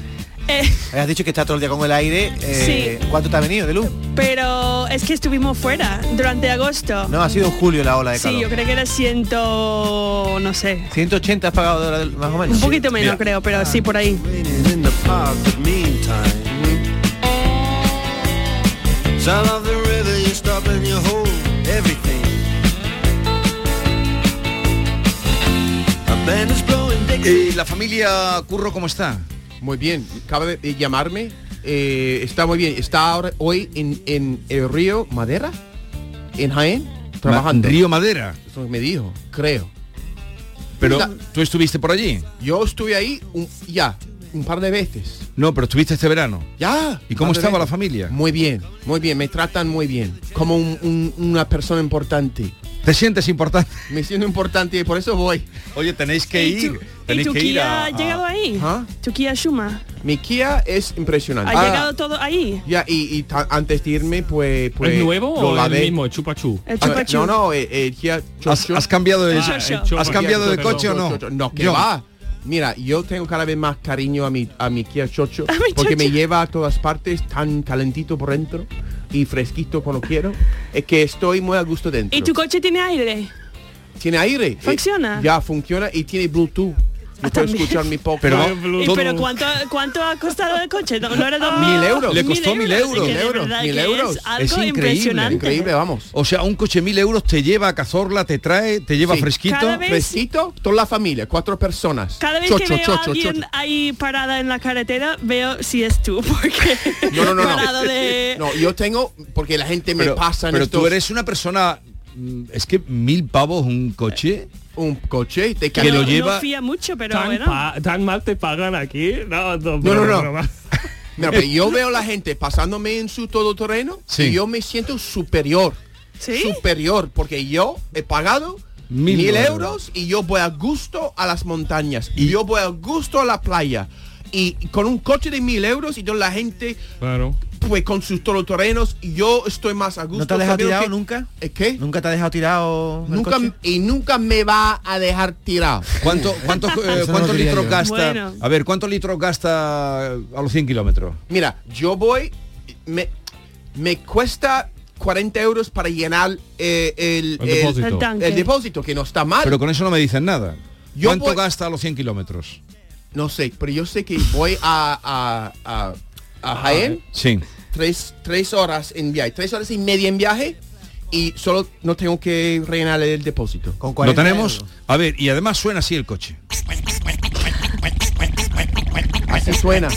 Speaker 4: Eh.
Speaker 6: Has dicho que está todo el día con el aire. eh, ¿Cuánto te ha venido de luz?
Speaker 4: Pero es que estuvimos fuera durante agosto.
Speaker 6: No, ha sido en julio la ola de
Speaker 4: Sí,
Speaker 6: calor.
Speaker 4: yo creo que era ciento... no sé.
Speaker 6: 180 has pagado de la luz, más o menos.
Speaker 4: Un poquito menos creo, pero sí por ahí.
Speaker 14: Sound of the river, you stop and you hold everything.
Speaker 3: ¿Y Eh, la familia Curro cómo está?
Speaker 5: Muy bien, acaba de de llamarme. eh, está muy bien. Está ahora hoy en, en el río Madera, en Jaén, trabajando.
Speaker 3: ¿Río Madera?
Speaker 5: Eso me dijo, creo.
Speaker 3: Pero
Speaker 5: La-
Speaker 3: tú estuviste por allí.
Speaker 5: Yo estuve ahí un- ya un par de veces.
Speaker 3: No, pero estuviste este verano.
Speaker 5: Ya.
Speaker 3: ¿Y cómo
Speaker 5: un par de
Speaker 3: estaba la
Speaker 5: veces.
Speaker 3: familia?
Speaker 5: Muy bien, muy bien. Me tratan muy bien, como un- un- una persona importante.
Speaker 3: ¿Te sientes importante?
Speaker 5: Me siento importante y por eso voy.
Speaker 3: Oye, tenéis que
Speaker 4: ¿Y tu- ¿Y tu Kia ha llegado ahí?
Speaker 5: ¿Ah?
Speaker 4: ¿Tu Kia Shuma?
Speaker 5: Mi Kia es impresionante.
Speaker 4: ¿Ha
Speaker 5: Ah,
Speaker 4: llegado todo ahí?
Speaker 5: Ya, y, y ta- antes de irme, pues... pues
Speaker 7: ¿Es nuevo
Speaker 5: lo
Speaker 7: o el
Speaker 5: lavé.
Speaker 7: mismo, el chupachu?
Speaker 4: El
Speaker 5: A ver, No, no, eh, eh, Kia
Speaker 3: ¿Has,
Speaker 5: Chocho.
Speaker 3: has cambiado
Speaker 5: Ah,
Speaker 3: de,
Speaker 5: el Chocho.
Speaker 3: ¿has cambiado de
Speaker 5: Perdón,
Speaker 3: coche o no?
Speaker 5: Chocho. No, que
Speaker 3: John.
Speaker 5: va. Mira, yo tengo cada vez más cariño a mi, a mi Kia Chocho porque me lleva a todas partes tan calentito por dentro y fresquito cuando quiero. Es que estoy muy a gusto dentro.
Speaker 4: ¿Y tu coche tiene aire?
Speaker 5: ¿Tiene aire?
Speaker 4: ¿Funciona? Ah,
Speaker 5: Eh, ya, funciona y tiene Bluetooth. Yo puedo escuchar mi podcast.
Speaker 4: ¿Y pero cuánto, cuánto ha costado el coche? No, no era dos
Speaker 5: Ah. Mil euros.
Speaker 3: Le costó mil euros.
Speaker 4: así que de verdad que es algo impresionante.
Speaker 5: vamos.
Speaker 3: O sea, un coche mil euros te lleva a Cazorla, te trae, te lleva
Speaker 5: Sí.
Speaker 3: fresquito.
Speaker 5: Fresquito, toda la familia, cuatro personas.
Speaker 4: Cada vez que
Speaker 5: Chocho,
Speaker 4: veo
Speaker 5: chocho,
Speaker 4: a alguien
Speaker 5: chocho.
Speaker 4: ahí parada en la carretera, veo si es tú, porque
Speaker 5: No, no, no,
Speaker 4: parado
Speaker 5: no.
Speaker 4: de...
Speaker 5: No, yo tengo, porque la gente me
Speaker 3: Pero,
Speaker 5: pasa en
Speaker 3: pero
Speaker 5: estos-
Speaker 3: tú eres una persona. mm, Es que mil pavos un
Speaker 5: Eh,
Speaker 3: coche.
Speaker 5: Un coche
Speaker 3: que
Speaker 4: No-
Speaker 3: lo
Speaker 4: no
Speaker 3: lleva.
Speaker 4: fía mucho, pero
Speaker 7: ¿Tan,
Speaker 4: bueno.
Speaker 7: pa- Ah, tan mal te pagan aquí? No, no,
Speaker 5: No, no, no.
Speaker 7: broma.
Speaker 5: Mira, pero yo veo la gente pasándome en su todoterreno
Speaker 7: Sí.
Speaker 5: y yo me siento superior. Superior, porque yo he pagado
Speaker 3: Mil
Speaker 5: mil,
Speaker 3: dólares.
Speaker 5: euros y yo voy a gusto a las montañas y yo voy a gusto a la playa. Y con un coche de mil euros y yo la gente
Speaker 7: Claro.
Speaker 5: pues con sus todoterrenos y yo estoy más a gusto.
Speaker 6: ¿No te has dejado
Speaker 5: sabiendo
Speaker 6: tirado
Speaker 5: que-
Speaker 6: nunca?
Speaker 5: ¿Es qué?
Speaker 6: ¿Nunca te has dejado tirado? en el
Speaker 5: Nunca,
Speaker 6: coche?
Speaker 5: y nunca me va a dejar tirado.
Speaker 3: ¿Cuánto, cuánto, eh,
Speaker 5: Eso no lo
Speaker 3: cuántos
Speaker 5: diría
Speaker 3: litros
Speaker 5: yo.
Speaker 3: gasta?
Speaker 5: Bueno.
Speaker 3: A ver, ¿cuántos litros gasta a los 100 kilómetros?
Speaker 5: Mira, yo voy, me, me cuesta 40 euros para llenar eh, el,
Speaker 3: El depósito. El tanque.
Speaker 5: el depósito, que no está mal.
Speaker 3: Pero con eso no me dicen nada.
Speaker 5: Yo
Speaker 3: ¿Cuánto
Speaker 5: voy-
Speaker 3: gasta a los 100 kilómetros?
Speaker 5: No sé, pero yo sé que voy a, a, a, a Jaén
Speaker 3: Sí.
Speaker 5: tres, tres horas en viaje, tres horas y media en viaje y solo no tengo que rellenar el depósito.
Speaker 6: Con
Speaker 3: Lo tenemos. A ver, y además suena así el coche.
Speaker 5: Así suena.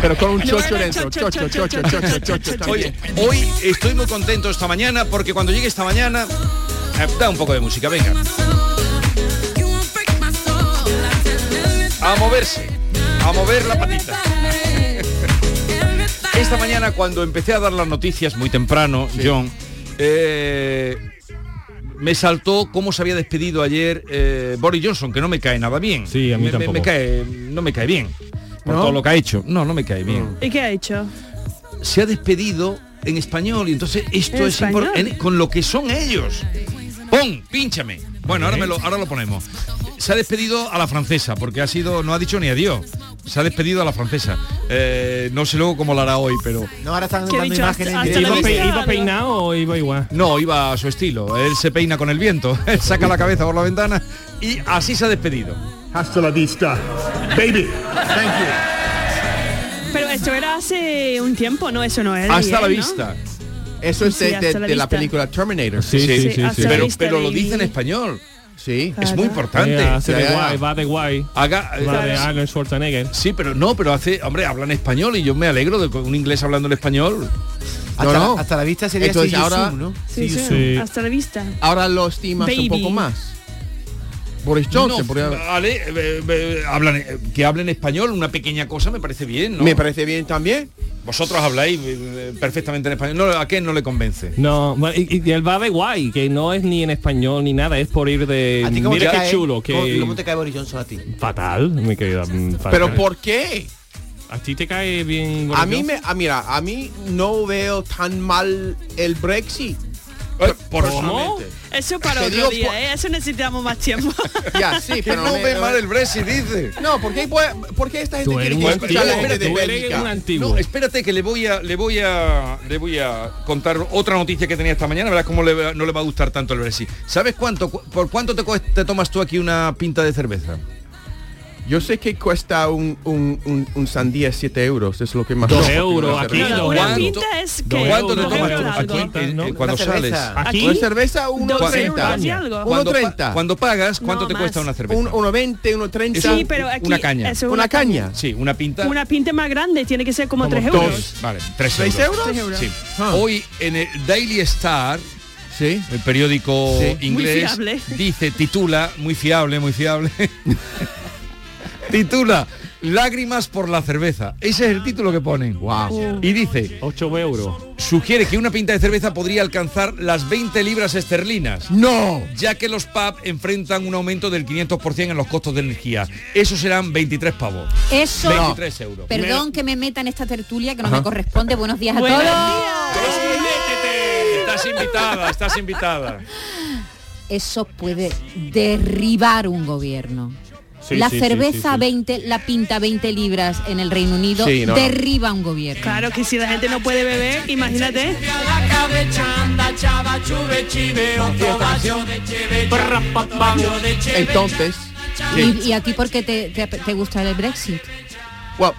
Speaker 5: Pero con un chocho
Speaker 3: era
Speaker 5: dentro.
Speaker 3: chocho,
Speaker 5: Chocho,
Speaker 3: chocho,
Speaker 5: chocho,
Speaker 3: chocho,
Speaker 5: chocho, chocho.
Speaker 3: Oye, hoy estoy muy contento esta mañana porque cuando llegue esta mañana, eh, da un poco de música, venga.
Speaker 14: Thank
Speaker 3: a moverse, a mover la patita. Esta mañana cuando empecé a dar las noticias muy temprano, John, eh, me saltó cómo se había despedido ayer eh, Boris Johnson, que no me cae nada bien. Sí,
Speaker 7: a mí
Speaker 3: me, me- me
Speaker 7: tampoco.
Speaker 3: cae, no me cae bien por
Speaker 7: ¿No?
Speaker 3: todo lo que ha hecho. No, no me cae bien.
Speaker 4: ¿Y qué ha hecho?
Speaker 7: Mm.
Speaker 3: Se ha despedido en español y entonces esto
Speaker 4: ¿En
Speaker 3: es importante
Speaker 4: español?
Speaker 3: con lo que son ellos. Pon, pínchame. Bueno, ahora, me lo, ahora lo ponemos. Se ha despedido a la francesa, porque ha sido, no ha dicho ni adiós. Se ha despedido a la francesa. Eh, no sé luego cómo lo hará hoy, pero.
Speaker 6: No, ahora están
Speaker 7: ¿Qué ha
Speaker 6: dando
Speaker 7: dicho?
Speaker 6: imágenes.
Speaker 7: Hasta-
Speaker 6: directo.
Speaker 7: hasta la ¿Iba pe- iba peinado o iba igual?
Speaker 3: No, iba a su estilo. Él se peina con el viento, él saca la cabeza por la ventana y así se ha despedido. Hasta la vista, baby.
Speaker 4: Pero esto era hace un tiempo, ¿no? Eso no era.
Speaker 5: Hasta
Speaker 4: ayer,
Speaker 5: la
Speaker 4: ¿no?
Speaker 5: vista. Eso es
Speaker 4: Sí,
Speaker 5: de,
Speaker 4: hasta
Speaker 5: de-
Speaker 4: la
Speaker 5: de la
Speaker 4: vista.
Speaker 5: película Terminator.
Speaker 7: Sí, sí, Sí, sí, hasta sí. la
Speaker 3: Pero,
Speaker 7: vista,
Speaker 3: pero lo
Speaker 7: baby.
Speaker 3: dice en español.
Speaker 5: Sí.
Speaker 3: Es muy importante.
Speaker 7: Eh, hace de
Speaker 3: Ya, ya.
Speaker 7: guay, va de guay.
Speaker 3: Haga-
Speaker 7: Va de
Speaker 3: eh,
Speaker 7: Arnold Schwarzenegger.
Speaker 3: Sí, pero no, pero hace, hombre, hablan español y yo me alegro de que un inglés hablando el español.
Speaker 6: Hasta, la- hasta la vista sería
Speaker 3: Entonces,
Speaker 6: See You
Speaker 3: ahora-
Speaker 6: Soon, ¿no?
Speaker 4: Sí, sí,
Speaker 3: Sí.
Speaker 4: Hasta la vista.
Speaker 5: Ahora lo estimas un
Speaker 4: Baby.
Speaker 5: poco más. Boris Johnson,
Speaker 3: No,
Speaker 5: podría-
Speaker 3: vale, eh, eh, hablan, eh, que hablen español, una pequeña cosa me parece bien, ¿no?
Speaker 5: Me parece bien también.
Speaker 3: Vosotros habláis eh, perfectamente en español. No, ¿A qué no le convence?
Speaker 7: No, bueno, y, y el va de guay, que no es ni en español ni nada, es por ir de...
Speaker 6: ¿A ti cómo
Speaker 7: Mira
Speaker 6: te
Speaker 7: qué
Speaker 6: cae-
Speaker 7: chulo,
Speaker 6: ¿Cómo,
Speaker 7: que...
Speaker 6: cómo te cae Boris Johnson a ti?
Speaker 7: Fatal, mi querida. mm, fatal.
Speaker 5: Pero ¿por qué?
Speaker 7: ¿A ti te cae bien
Speaker 5: A
Speaker 7: Boris
Speaker 5: mí
Speaker 7: Johnson?
Speaker 5: me, ah, mira, a mí no veo tan mal el Brexit.
Speaker 3: ¿Por
Speaker 4: ¿Cómo? Eso para
Speaker 5: Te digo
Speaker 4: otro
Speaker 5: por-
Speaker 4: día, ¿eh? Eso necesitamos más tiempo.
Speaker 5: Ya, sí, pero
Speaker 3: no
Speaker 5: me-
Speaker 3: ve mal el Brexit, dice.
Speaker 5: No, ¿por qué, puede- por qué esta gente
Speaker 3: Tú eres
Speaker 5: quiere
Speaker 3: un
Speaker 5: que escuchar a la
Speaker 3: antiguo,
Speaker 5: gente de
Speaker 3: tú eres
Speaker 5: Bélgica?
Speaker 3: un antiguo. No, espérate que le voy a le voy a le voy a contar otra noticia que tenía esta mañana, verás cómo le va- no le va a gustar tanto el Brexit. ¿Sabes cuánto cu- por cuánto te, cuest- te tomas tú aquí una pinta de cerveza?
Speaker 5: Yo sé que cuesta un, un, un, un sandía 7 euros, es lo que más...
Speaker 7: Dos
Speaker 5: costa
Speaker 7: euros,
Speaker 5: una
Speaker 7: aquí,
Speaker 5: cerveza.
Speaker 7: dos
Speaker 4: Una
Speaker 7: ¿Cuánto?
Speaker 4: pinta es
Speaker 5: Dos
Speaker 4: que...
Speaker 5: ¿Cuánto
Speaker 3: te
Speaker 4: dos
Speaker 3: tomas tú
Speaker 4: euros
Speaker 3: aquí
Speaker 4: algo.
Speaker 3: en- en- cuando
Speaker 5: Una cerveza.
Speaker 3: sales?
Speaker 5: Aquí, Una cerveza, uno
Speaker 4: dos
Speaker 5: treinta.
Speaker 4: euros y algo.
Speaker 3: Cuando, pa-
Speaker 5: 1,30.
Speaker 3: cuando pagas, ¿cuánto
Speaker 4: No,
Speaker 3: te cuesta
Speaker 4: más.
Speaker 3: una cerveza?
Speaker 5: Un- 1,20, 1,30.
Speaker 3: Eso-
Speaker 4: Sí, pero aquí
Speaker 3: una caña.
Speaker 4: eso es una Una caña.
Speaker 3: Sí, una pinta.
Speaker 4: Una pinta más grande tiene que ser como
Speaker 3: Como
Speaker 4: 3
Speaker 3: dos.
Speaker 4: euros.
Speaker 3: Vale, 3
Speaker 4: ¿Tres
Speaker 3: euros.
Speaker 4: euros? Tres euros. Ah.
Speaker 3: Sí. Hoy en el Daily Star, el periódico
Speaker 4: Sí. Muy
Speaker 3: inglés,
Speaker 4: fiable.
Speaker 3: dice, titula, muy fiable, muy fiable, titula, Lágrimas por la cerveza. Ese es el título que ponen.
Speaker 5: Wow.
Speaker 3: Y dice,
Speaker 7: 8 euros.
Speaker 3: Sugiere que una pinta de cerveza podría alcanzar las 20 libras esterlinas.
Speaker 5: ¡No!
Speaker 3: Ya que los pubs enfrentan un aumento del 500% en los costos de energía. Eso serán 23 pavos.
Speaker 17: Eso.
Speaker 3: 23 euros.
Speaker 17: Perdón que me meta en esta tertulia que no
Speaker 3: Ajá.
Speaker 17: me corresponde. Buenos días a
Speaker 3: Buenos
Speaker 17: todos.
Speaker 3: Estás invitada, estás invitada.
Speaker 17: Eso puede derribar un gobierno.
Speaker 3: Sí,
Speaker 17: la
Speaker 3: sí, sí,
Speaker 17: cerveza
Speaker 3: sí, sí.
Speaker 17: 20, la pinta 20 libras en el Reino Unido
Speaker 3: Sí, no, no.
Speaker 17: derriba un gobierno.
Speaker 4: Claro que si la gente no puede beber, imagínate.
Speaker 5: Entonces,
Speaker 17: ¿Y, y a ti por qué te, te- te gusta el Brexit?
Speaker 5: wow.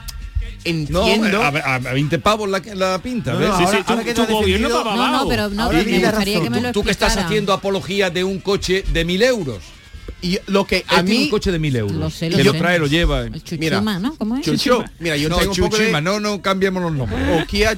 Speaker 3: No,
Speaker 5: Entiendo.
Speaker 3: a, a- a 20 pavos la, la pinta.
Speaker 5: No,
Speaker 3: ¿ves?
Speaker 5: no, Sí, ahora- sí, tú- ahora que tú te has gobierno defendido-
Speaker 17: va No, no, pero no, pero
Speaker 3: Y-
Speaker 17: me
Speaker 3: y-
Speaker 17: gustaría que me
Speaker 3: tú-
Speaker 17: lo
Speaker 3: Tú que estás
Speaker 17: explicara.
Speaker 3: haciendo apología de un coche de mil euros.
Speaker 5: Y lo que
Speaker 3: a mí un coche de mil euros.
Speaker 17: Lo sé, lo
Speaker 3: que lo
Speaker 17: sé.
Speaker 3: trae, lo lleva.
Speaker 17: Chuchuma, Ah, ¿no? ¿Cómo es?
Speaker 5: Chucho, mira, yo
Speaker 3: no,
Speaker 5: tengo un poco de-
Speaker 3: chuchima, no, no cambiemos los nombres.
Speaker 5: O Kia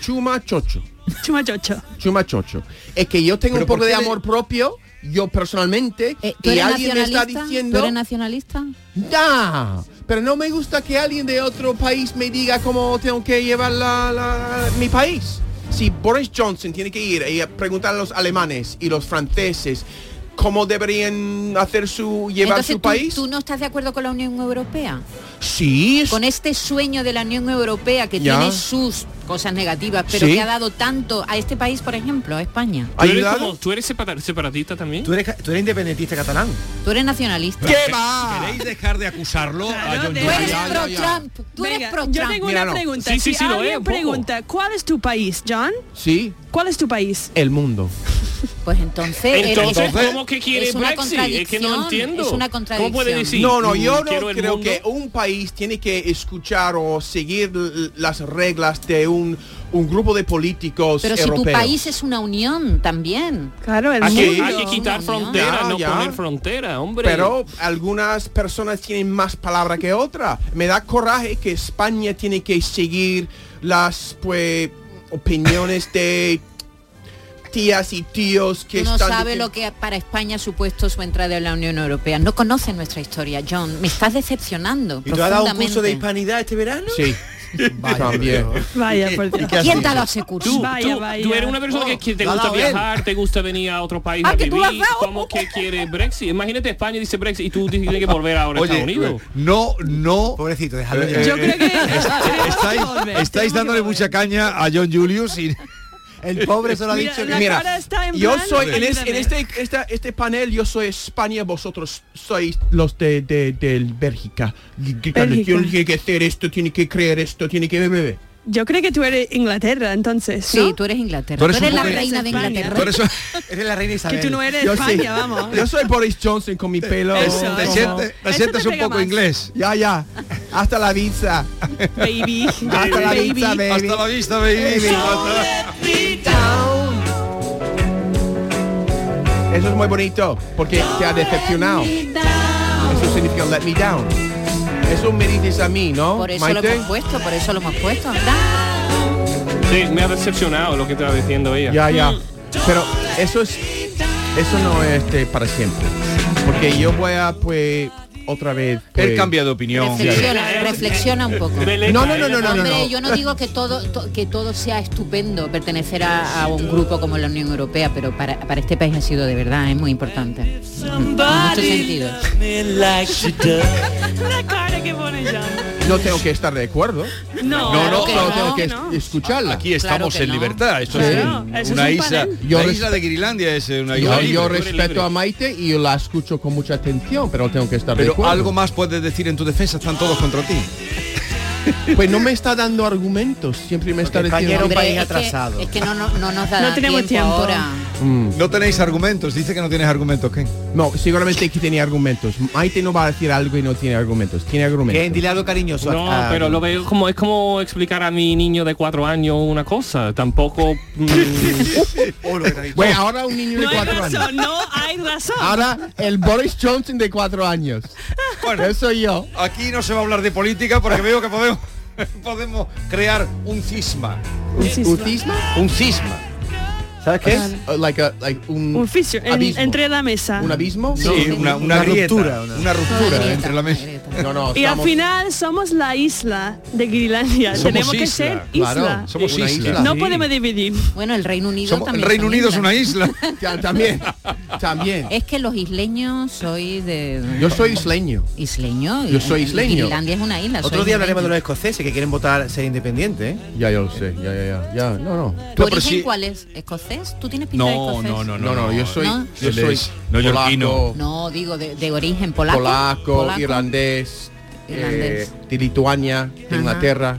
Speaker 5: Chuma Chocho.
Speaker 4: Chuma Chocho.
Speaker 5: Chuma Chocho. Es que yo tengo
Speaker 3: Pero
Speaker 5: un poco
Speaker 3: ¿por
Speaker 5: de
Speaker 3: qué le-
Speaker 5: amor propio, yo personalmente,
Speaker 4: Eh,
Speaker 17: ¿Tú
Speaker 5: y
Speaker 17: eres
Speaker 5: alguien me está
Speaker 17: nacionalista? ¿Tú
Speaker 5: diciendo...
Speaker 17: eres nacionalista?
Speaker 5: ¡Ya! Pero no me gusta que alguien de otro país me diga cómo tengo que llevar la- la- mi país. Si Boris Johnson tiene que ir y preguntar a los alemanes y los franceses cómo deberían hacer su llevar
Speaker 17: Entonces,
Speaker 5: su
Speaker 17: ¿tú-
Speaker 5: país.
Speaker 17: ¿tú, no estás de acuerdo con la Unión Europea?
Speaker 5: Sí.
Speaker 17: Con este sueño de la Unión Europea que
Speaker 5: Ya.
Speaker 17: tiene sus cosas negativas, pero
Speaker 7: Sí.
Speaker 17: que ha dado tanto a este país, por ejemplo, a España.
Speaker 7: ¿Tú eres, como- tú eres separa- separatista también? ¿Tú eres, independentista catalán?
Speaker 17: Tú eres nacionalista.
Speaker 3: ¿Queréis dejar de acusarlo? a John
Speaker 17: Tú eres
Speaker 3: Jones?
Speaker 17: pro Trump. Tú eres pro Trump.
Speaker 4: Yo tengo una pregunta.
Speaker 3: Sí, sí,
Speaker 4: si
Speaker 3: sí, lo es,
Speaker 4: alguien
Speaker 3: un poco.
Speaker 4: pregunta, ¿cuál es tu país, John?
Speaker 5: Sí.
Speaker 4: ¿Cuál es tu país?
Speaker 5: El mundo.
Speaker 17: Pues entonces, eres-
Speaker 7: Entonces,
Speaker 17: es-
Speaker 7: ¿cómo que quiere
Speaker 17: es una
Speaker 7: Brexit? Es que no
Speaker 17: contradicción,
Speaker 7: entiendo.
Speaker 17: Es una
Speaker 7: ¿Cómo
Speaker 17: contradicción.
Speaker 7: puede decir?
Speaker 5: No, no,
Speaker 7: Mm,
Speaker 5: yo
Speaker 7: quiero
Speaker 5: no
Speaker 7: el
Speaker 5: creo
Speaker 7: mundo.
Speaker 5: que un país tiene que escuchar o seguir l- las reglas de un, un grupo de políticos
Speaker 17: Pero si tu
Speaker 5: europeos.
Speaker 17: país es una unión también.
Speaker 4: Claro,
Speaker 7: Hay que, hay que quitar fronteras,
Speaker 5: Ya,
Speaker 7: no
Speaker 5: ya.
Speaker 7: poner frontera, hombre.
Speaker 5: Pero algunas personas tienen más palabra que otra. Me da coraje que España tiene que seguir las pues opiniones de tías y tíos que
Speaker 17: Tú no
Speaker 5: están
Speaker 17: sabe
Speaker 5: diciendo-
Speaker 17: lo que para España ha supuesto su entrada en la Unión Europea. No conoce nuestra historia, John. Me estás decepcionando.
Speaker 6: ¿Y tú has dado un curso de
Speaker 17: profundamente.
Speaker 6: hispanidad este verano?
Speaker 5: Sí. También.
Speaker 4: Vaya,
Speaker 7: por
Speaker 17: ¿Y ¿Quién te lo asegura?
Speaker 7: Tú, tú, tú eres una persona que, que te gusta viajar, te gusta venir a otros países
Speaker 17: Ah,
Speaker 7: a
Speaker 17: que tú lo has
Speaker 7: vivir, como que quiere Brexit. Imagínate España dice Brexit y tú dices que tienes que volver ahora a
Speaker 3: Oye,
Speaker 7: Estados
Speaker 5: eh,
Speaker 7: Unidos.
Speaker 3: No, no.
Speaker 6: Pobrecito,
Speaker 3: déjalo. Yo creo que estáis, estáis dándole mucha caña a John Julius y
Speaker 6: el pobre
Speaker 3: solo ha Mira, dicho que- la cara está en
Speaker 5: yo
Speaker 3: plan,
Speaker 5: soy en, es- en
Speaker 3: ayúdame.
Speaker 5: este esta- este panel yo soy España, vosotros sois los de, de, del Bélgica. Y- que- claro,
Speaker 4: Bélgica.
Speaker 5: Tiene que hacer esto, tiene que creer esto, tiene que beber.
Speaker 4: Yo creo que tú eres Inglaterra, entonces.
Speaker 17: Sí, tú eres Inglaterra.
Speaker 5: Tú eres Tú eres un la poco-
Speaker 17: reina de Inglaterra.
Speaker 5: Por eso-
Speaker 6: Eres la reina
Speaker 4: Que tú no eres España, vamos.
Speaker 5: Yo soy Boris Johnson con mi pelo.
Speaker 4: Eso, Te eso. sientes- te Eso sientes te un pega poco más.
Speaker 3: inglés.
Speaker 5: Ya, ya. Hasta la vista.
Speaker 4: Baby.
Speaker 5: Hasta la vista, baby.
Speaker 3: Hasta la vista, baby.
Speaker 5: Eso es muy bonito porque te ha decepcionado. Eso significa let me down. Eso me dices a mí, ¿no?
Speaker 17: Por eso lo
Speaker 5: Maite?
Speaker 17: hemos puesto, por eso lo hemos puesto. Da-
Speaker 7: Sí, me ha decepcionado lo que estaba diciendo ella. Mm.
Speaker 5: Ya, ya. Pero eso es eso no es este, para siempre. Porque yo voy a pues otra vez. pues,
Speaker 3: Él cambia de opinión.
Speaker 17: Reflexiona, reflexiona un poco.
Speaker 5: No, no, no, no, no, no,
Speaker 17: Hombre,
Speaker 5: no.
Speaker 17: yo no digo que todo to- que todo sea estupendo pertenecer a, a un grupo como la Unión Europea, pero para, para este país ha sido de verdad, es muy importante. En muchos sentidos.
Speaker 4: La cara que pone John.
Speaker 5: No tengo que estar de acuerdo.
Speaker 4: No,
Speaker 5: no,
Speaker 4: claro que
Speaker 5: pero
Speaker 4: no.
Speaker 5: tengo que
Speaker 4: No.
Speaker 5: es- escucharla.
Speaker 3: Aquí estamos en libertad. Esto es
Speaker 5: Claro,
Speaker 3: un-
Speaker 5: eso es
Speaker 3: una
Speaker 5: un
Speaker 3: isla.
Speaker 5: panel. Yo
Speaker 3: La
Speaker 5: res-
Speaker 3: isla de Guirilandia es una isla.
Speaker 5: Yo,
Speaker 3: libre.
Speaker 5: yo respeto a Maite y yo la escucho con mucha atención, pero tengo que estar de
Speaker 3: Pero
Speaker 5: acuerdo.
Speaker 3: algo más puedes decir en tu defensa. Están todos contra ti.
Speaker 5: Pues no me está dando argumentos, siempre me está
Speaker 6: España
Speaker 5: diciendo
Speaker 6: era un país
Speaker 17: Es que, es que no, no, no nos da tiempo, ahora.
Speaker 3: No tenéis argumentos, dice que no tienes argumentos, Ken.
Speaker 5: Mm. No, seguramente que tiene argumentos. Maite no va a decir algo y no tiene argumentos. Tiene argumentos.
Speaker 6: Ken, dile algo cariñoso.
Speaker 7: No,
Speaker 6: Ah,
Speaker 7: pero lo veo como es como explicar a mi niño de cuatro años una cosa. Tampoco. mm,
Speaker 5: Bueno, ahora un niño de
Speaker 4: No hay
Speaker 5: cuatro
Speaker 4: razón,
Speaker 5: años.
Speaker 4: no hay razón.
Speaker 5: Ahora el Boris Johnson de cuatro años.
Speaker 3: Bueno,
Speaker 5: eso yo.
Speaker 3: Aquí no se va a hablar de política porque veo que podemos, podemos crear un cisma.
Speaker 4: ¿Un cisma?
Speaker 3: Un cisma.
Speaker 6: ¿Sabes
Speaker 5: qué es? Uh, like a- like un,
Speaker 4: Un fissure en-
Speaker 5: abismo.
Speaker 4: entre la mesa.
Speaker 5: ¿Un abismo?
Speaker 3: Sí, una, una grieta, Una, ruptura entre la mesa.
Speaker 5: No, no,
Speaker 4: Y al
Speaker 5: estamos-
Speaker 4: final somos la isla de Grilandia.
Speaker 3: Somos
Speaker 4: Tenemos que
Speaker 3: isla,
Speaker 4: ser isla.
Speaker 3: claro, somos
Speaker 4: Una
Speaker 3: isla.
Speaker 4: No
Speaker 3: Sí.
Speaker 4: podemos dividir.
Speaker 17: Bueno, el Reino Unido
Speaker 3: Somos- el
Speaker 17: también.
Speaker 3: Reino
Speaker 17: son
Speaker 3: Unido es
Speaker 17: islas.
Speaker 3: una isla.
Speaker 5: también. También.
Speaker 17: Es que los isleños soy de...
Speaker 5: Yo soy isleño.
Speaker 17: Isleño.
Speaker 6: Yo soy isleño.
Speaker 17: Irlandia es una isla.
Speaker 6: Otro
Speaker 17: soy
Speaker 6: día hablaremos de
Speaker 17: isleño.
Speaker 6: los escoceses que quieren votar ser ¿eh? independientes.
Speaker 5: Ya, yo lo sé. Ya, ya, ya. ya. No, no.
Speaker 17: ¿Tu origen cuál es? ¿Escocés? ¿Tú tienes pinta de escocés?
Speaker 5: no, no, yo soy,
Speaker 17: ¿No?
Speaker 5: yo
Speaker 3: Él
Speaker 5: soy
Speaker 3: es neoyorquino.
Speaker 5: polaco,
Speaker 17: No, digo, de, de origen polaco.
Speaker 5: polaco, irlandés, eh,
Speaker 17: Irlandés.
Speaker 5: de Lituania, de Inglaterra,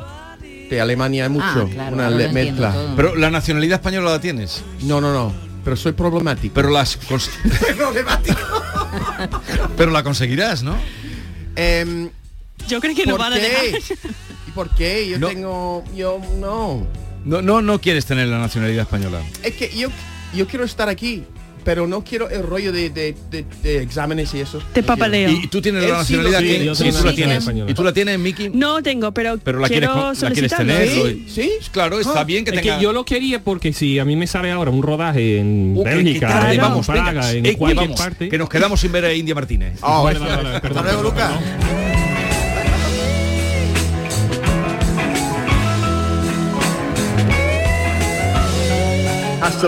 Speaker 5: de Alemania, mucho,
Speaker 17: Ah, claro,
Speaker 5: una
Speaker 17: ahora
Speaker 5: le-
Speaker 17: lo entiendo
Speaker 5: mezcla.
Speaker 17: todo.
Speaker 3: Pero la nacionalidad española la tienes.
Speaker 5: No, no, no. Pero soy problemático.
Speaker 3: Pero las cons- Pero la conseguirás, ¿no?
Speaker 5: Em,
Speaker 4: Yo creo que nos
Speaker 5: ¿por
Speaker 4: van a
Speaker 5: qué?
Speaker 4: dejar.
Speaker 5: ¿Y por qué? Yo
Speaker 3: No.
Speaker 5: tengo, yo no.
Speaker 3: No, no, no quieres tener la nacionalidad española.
Speaker 5: Es que yo, yo quiero estar aquí, pero no quiero el rollo de, de- de- de exámenes y eso.
Speaker 4: Te
Speaker 5: No quiero. Eh,
Speaker 4: papaleo.
Speaker 3: Y tú tienes
Speaker 5: Él
Speaker 3: la
Speaker 5: sí lo
Speaker 3: nacionalidad
Speaker 5: tiene.
Speaker 3: que- y tú la tienes. Y tú la tienes, Miki.
Speaker 4: No tengo, pero,
Speaker 3: Pero la quieres,
Speaker 4: quiero
Speaker 3: con- la quieres
Speaker 4: solicitarlo.
Speaker 3: tener. lo-
Speaker 5: Sí,
Speaker 3: claro, está
Speaker 7: Ah,
Speaker 3: bien que
Speaker 7: es
Speaker 3: tenga.
Speaker 7: yo lo quería porque si a mí me sale ahora un rodaje en
Speaker 3: Uh, que- que
Speaker 7: Bélgica,
Speaker 3: tarde,
Speaker 7: en
Speaker 3: vamos, venga,
Speaker 7: Praga,
Speaker 3: eh,
Speaker 7: en
Speaker 3: que
Speaker 7: cualquier
Speaker 3: vamos,
Speaker 7: parte.
Speaker 3: que nos quedamos sin ver a India Martínez.
Speaker 7: Ah, vale,
Speaker 3: eso-
Speaker 7: vale, vale, perdón,
Speaker 3: Hasta luego,
Speaker 7: perdón,
Speaker 3: Lucas.
Speaker 7: perdón.
Speaker 16: Hasta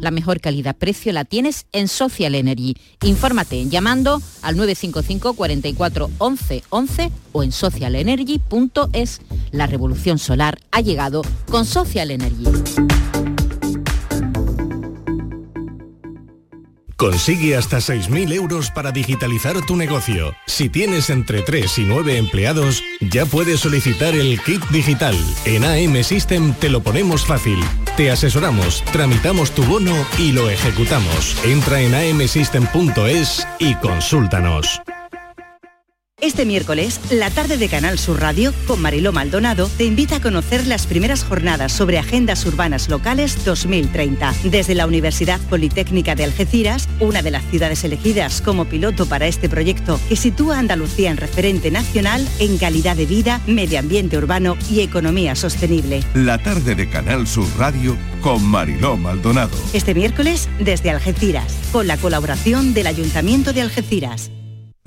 Speaker 17: La mejor calidad-precio la tienes en Social Energy. Infórmate llamando al 955 44 11 11 o en socialenergy.es. La revolución solar ha llegado con Social Energy.
Speaker 2: Consigue hasta 6.000 euros para digitalizar tu negocio. Si tienes entre 3 y 9 empleados, ya puedes solicitar el kit digital. En AM System te lo ponemos fácil. Te asesoramos, tramitamos tu bono y lo ejecutamos. Entra en amsystem.es y consúltanos.
Speaker 18: Este miércoles, la tarde de Canal Sur Radio con Mariló Maldonado te invita a conocer las primeras jornadas sobre agendas urbanas locales 2030. Desde la Universidad Politécnica de Algeciras, una de las ciudades elegidas como piloto para este proyecto que sitúa a Andalucía en referente nacional en calidad de vida, medio ambiente urbano y economía sostenible.
Speaker 19: La tarde de Canal Sur Radio con Mariló Maldonado.
Speaker 18: Este miércoles, desde Algeciras, con la colaboración del Ayuntamiento de Algeciras.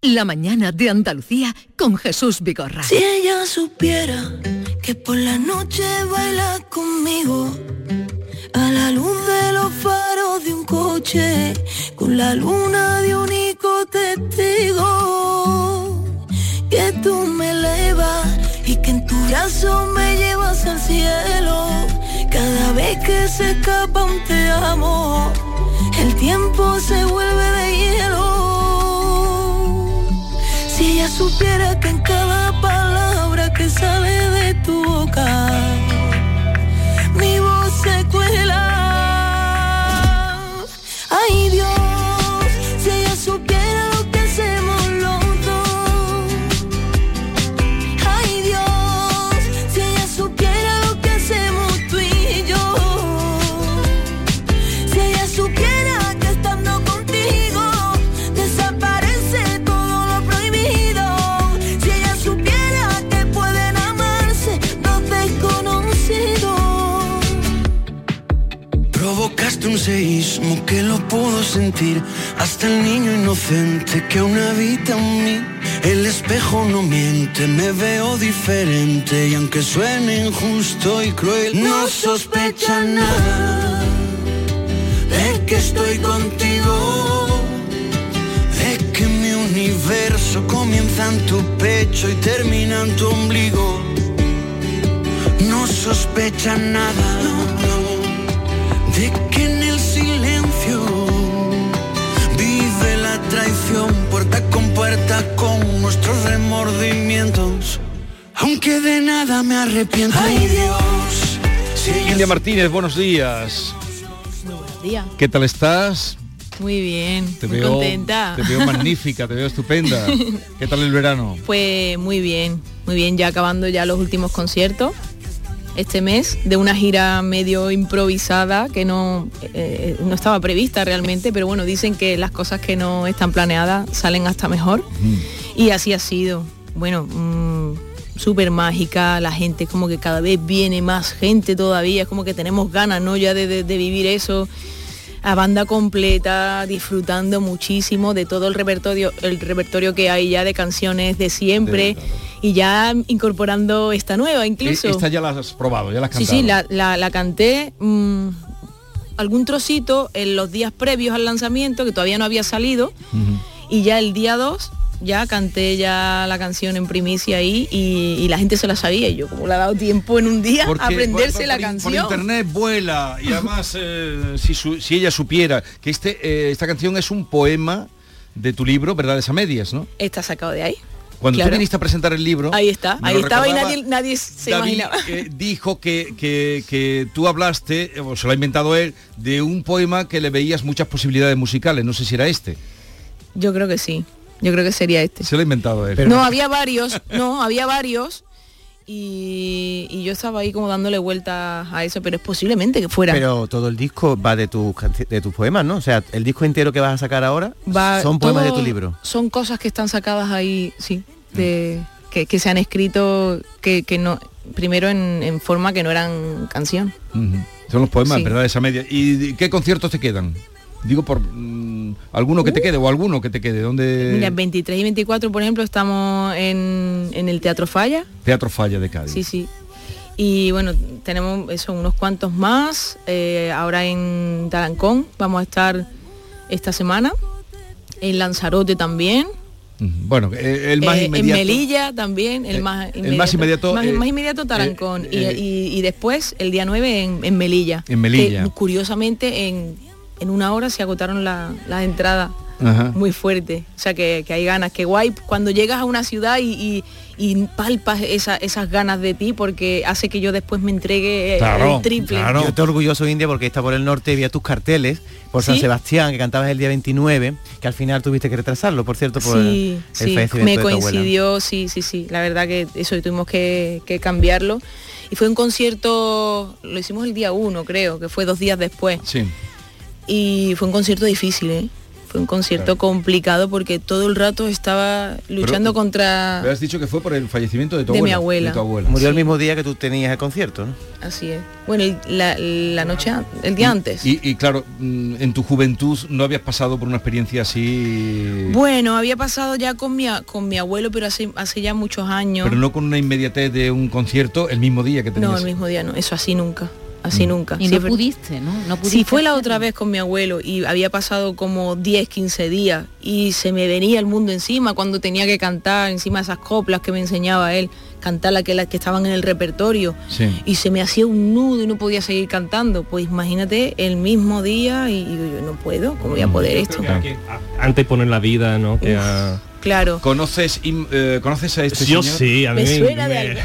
Speaker 1: La mañana de Andalucía con Jesús Vigorra.
Speaker 14: Si ella supiera que por la noche baila conmigo a la luz de los faros de un coche con la luna de un único testigo que tú me elevas y que en tu brazo me llevas al cielo cada vez que se escapa un te amo el tiempo se vuelve de hielo si ella supiera que en cada palabra que sale de tu boca, mi voz se cuela. Ay Dios, si ella supiera lo que hacemos los dos. Ay Dios, si ella supiera lo que hacemos tú y yo. Si ella supiera que estando contigo desaparece todo lo prohibido. Si ella supiera que pueden amarse dos desconocidos.
Speaker 20: Provocaste un seísmo que lo pudo sentir hasta el niño inocente que aún habita en mí. El espejo no miente, me veo diferente y aunque suene injusto y cruel, no sospecha nada de que estoy contigo, de que mi universo comienza en tu pecho y termina en tu ombligo. No sospecha nada de que en el silencio vive la traición puerta con puerta con nuestros remordimientos, aunque de nada me arrepiento. Ay Dios, si ella
Speaker 3: India Martínez, buenos días.
Speaker 21: Día.
Speaker 3: ¿Qué tal estás?
Speaker 21: Muy bien,
Speaker 3: Te
Speaker 21: muy
Speaker 3: veo,
Speaker 21: contenta.
Speaker 3: te veo magnífica, te veo estupenda. ¿Qué tal el verano?
Speaker 21: Pues muy bien, muy bien, ya acabando ya los últimos conciertos este mes de una gira medio improvisada que no, eh, no estaba prevista realmente, pero bueno, dicen que las cosas que no están planeadas salen hasta mejor y así ha sido. Bueno, mm, súper mágica, la gente como que cada vez viene más gente todavía, es como que tenemos ganas, ¿no? Ya de- de- de vivir eso a banda completa, disfrutando muchísimo de todo el repertorio, el repertorio que hay ya de canciones de siempre
Speaker 3: Sí,
Speaker 21: y ya incorporando esta nueva incluso.
Speaker 3: Eh, Esta ya la has probado, ya la has
Speaker 21: sí,
Speaker 3: cantado.
Speaker 21: sí, la, la- la canté mm, algún trocito en los días previos al lanzamiento que todavía no había salido y ya el día 2 ya canté ya la canción en primicia ahí y, y la gente se la sabía y yo como le ha dado tiempo en un día
Speaker 3: Porque
Speaker 21: a aprenderse
Speaker 3: por- por-
Speaker 21: la
Speaker 3: por in-
Speaker 21: canción.
Speaker 3: Por internet vuela y además eh, si, su- si ella supiera que este, eh, esta canción es un poema de tu libro, Verdades a Medias, ¿no?
Speaker 21: Está sacado de ahí.
Speaker 3: Cuando
Speaker 21: Claro.
Speaker 3: tú viniste a presentar el libro...
Speaker 21: Ahí está,
Speaker 3: me lo
Speaker 21: ahí estaba y
Speaker 3: recordaba
Speaker 21: nadie, nadie se
Speaker 3: David,
Speaker 21: imaginaba.
Speaker 3: eh, dijo que, que- que tú hablaste, eh, o se lo ha inventado él, de un poema que le veías muchas posibilidades musicales. No sé si era este.
Speaker 21: Yo creo que sí. Yo creo que sería este.
Speaker 3: Se lo ha inventado él.
Speaker 21: no, había varios, no, había varios. Y, y yo estaba ahí como dándole vueltas a eso, pero es posiblemente que fuera.
Speaker 6: Pero todo el disco va de tus canci- de tus poemas, ¿no? O sea, el disco entero que vas a sacar ahora
Speaker 21: Va-
Speaker 6: son poemas de
Speaker 21: todo-
Speaker 6: tu libro.
Speaker 21: Son cosas que están sacadas ahí, sí, de, que, que se han escrito que, que no primero en, en forma que no eran canción.
Speaker 3: Ujú. Son los poemas,
Speaker 21: Sí.
Speaker 3: ¿verdad? Esa media. ¿Y de- qué conciertos te quedan? Digo por mm, alguno que te quede o alguno que te quede.
Speaker 6: Eh.
Speaker 3: ¿Dónde?
Speaker 21: Uh. Mira, 23 y 24, por ejemplo, estamos en, en el Teatro Falla.
Speaker 3: Teatro Falla de Cádiz.
Speaker 21: Sí, sí. Y bueno, tenemos eso, unos cuantos más. eh, ahora en Tarancón vamos a estar esta semana. En Lanzarote también.
Speaker 3: Bueno, eh, el más
Speaker 21: eh, en
Speaker 3: inmediato.
Speaker 21: Melilla también. El,
Speaker 3: Eh,
Speaker 21: más,
Speaker 3: el más inmediato,
Speaker 21: Más,
Speaker 3: eh,
Speaker 21: más inmediato Tarancón. y-
Speaker 3: eh,
Speaker 21: y, y después, el día 9, en, en Melilla.
Speaker 3: En Melilla.
Speaker 21: Que, curiosamente, en, en una hora se agotaron la- las entradas
Speaker 3: Ajá.
Speaker 21: muy fuerte. O sea, que, que hay ganas, que guay cuando llegas a una ciudad y, y- y palpas esa- esas ganas de ti porque hace que yo después me entregue eh, el triple.
Speaker 6: Yo estoy orgulloso, India, porque está por el norte, vía tus carteles, por San
Speaker 21: Sí.
Speaker 6: Sebastián, que cantabas el día 29, que al final tuviste que retrasarlo, por cierto, por
Speaker 21: Sí,
Speaker 6: el
Speaker 21: sí,
Speaker 6: fallecimiento
Speaker 21: me
Speaker 6: de tu abuela.
Speaker 21: coincidió, sí, sí, sí. La verdad que eso tuvimos que, que cambiarlo. Y fue un concierto, lo hicimos el día 1, creo, que fue dos días después.
Speaker 3: Sí.
Speaker 21: Y fue un concierto difícil, ¿eh? Fue un concierto complicado porque todo el rato estaba luchando contra...
Speaker 3: Me has dicho que fue por el fallecimiento de tu
Speaker 21: De mi
Speaker 3: abuela.
Speaker 21: abuela.
Speaker 3: de tu abuela.
Speaker 6: Murió el mismo día que tú tenías el concierto, ¿no?
Speaker 21: Así es. Bueno, el- la, la noche, an- el día antes.
Speaker 3: Y, y claro, mm, en tu juventud no habías pasado por una experiencia así.
Speaker 21: Bueno, había pasado ya con mi, a- con mi abuelo, pero hace, hace ya muchos años.
Speaker 3: Pero no con una inmediatez de un concierto el mismo día que tenías.
Speaker 21: No, el mismo día no, eso Mm. así nunca, así nunca.
Speaker 17: Y no
Speaker 21: Siempre-
Speaker 17: pudiste, ¿no? No pudiste.
Speaker 21: Sí, fue la otra vez con mi abuelo y había pasado como 10, 15 días y se me venía el mundo encima cuando tenía que cantar encima esas coplas que me enseñaba él, cantar las que, las que estaban en el repertorio
Speaker 14: Sí.
Speaker 21: y se me hacía un nudo y no podía seguir cantando. Pues imagínate el mismo día y, y yo, yo no puedo, ¿cómo voy a poder
Speaker 7: Yo
Speaker 21: esto?
Speaker 7: creo que Antes poner la vida, ¿no? Que a-
Speaker 21: Claro.
Speaker 3: ¿Conoces, im- eh, ¿Conoces a este
Speaker 7: Yo
Speaker 3: señor?
Speaker 7: sí, a mí Me me- suena de
Speaker 21: algo.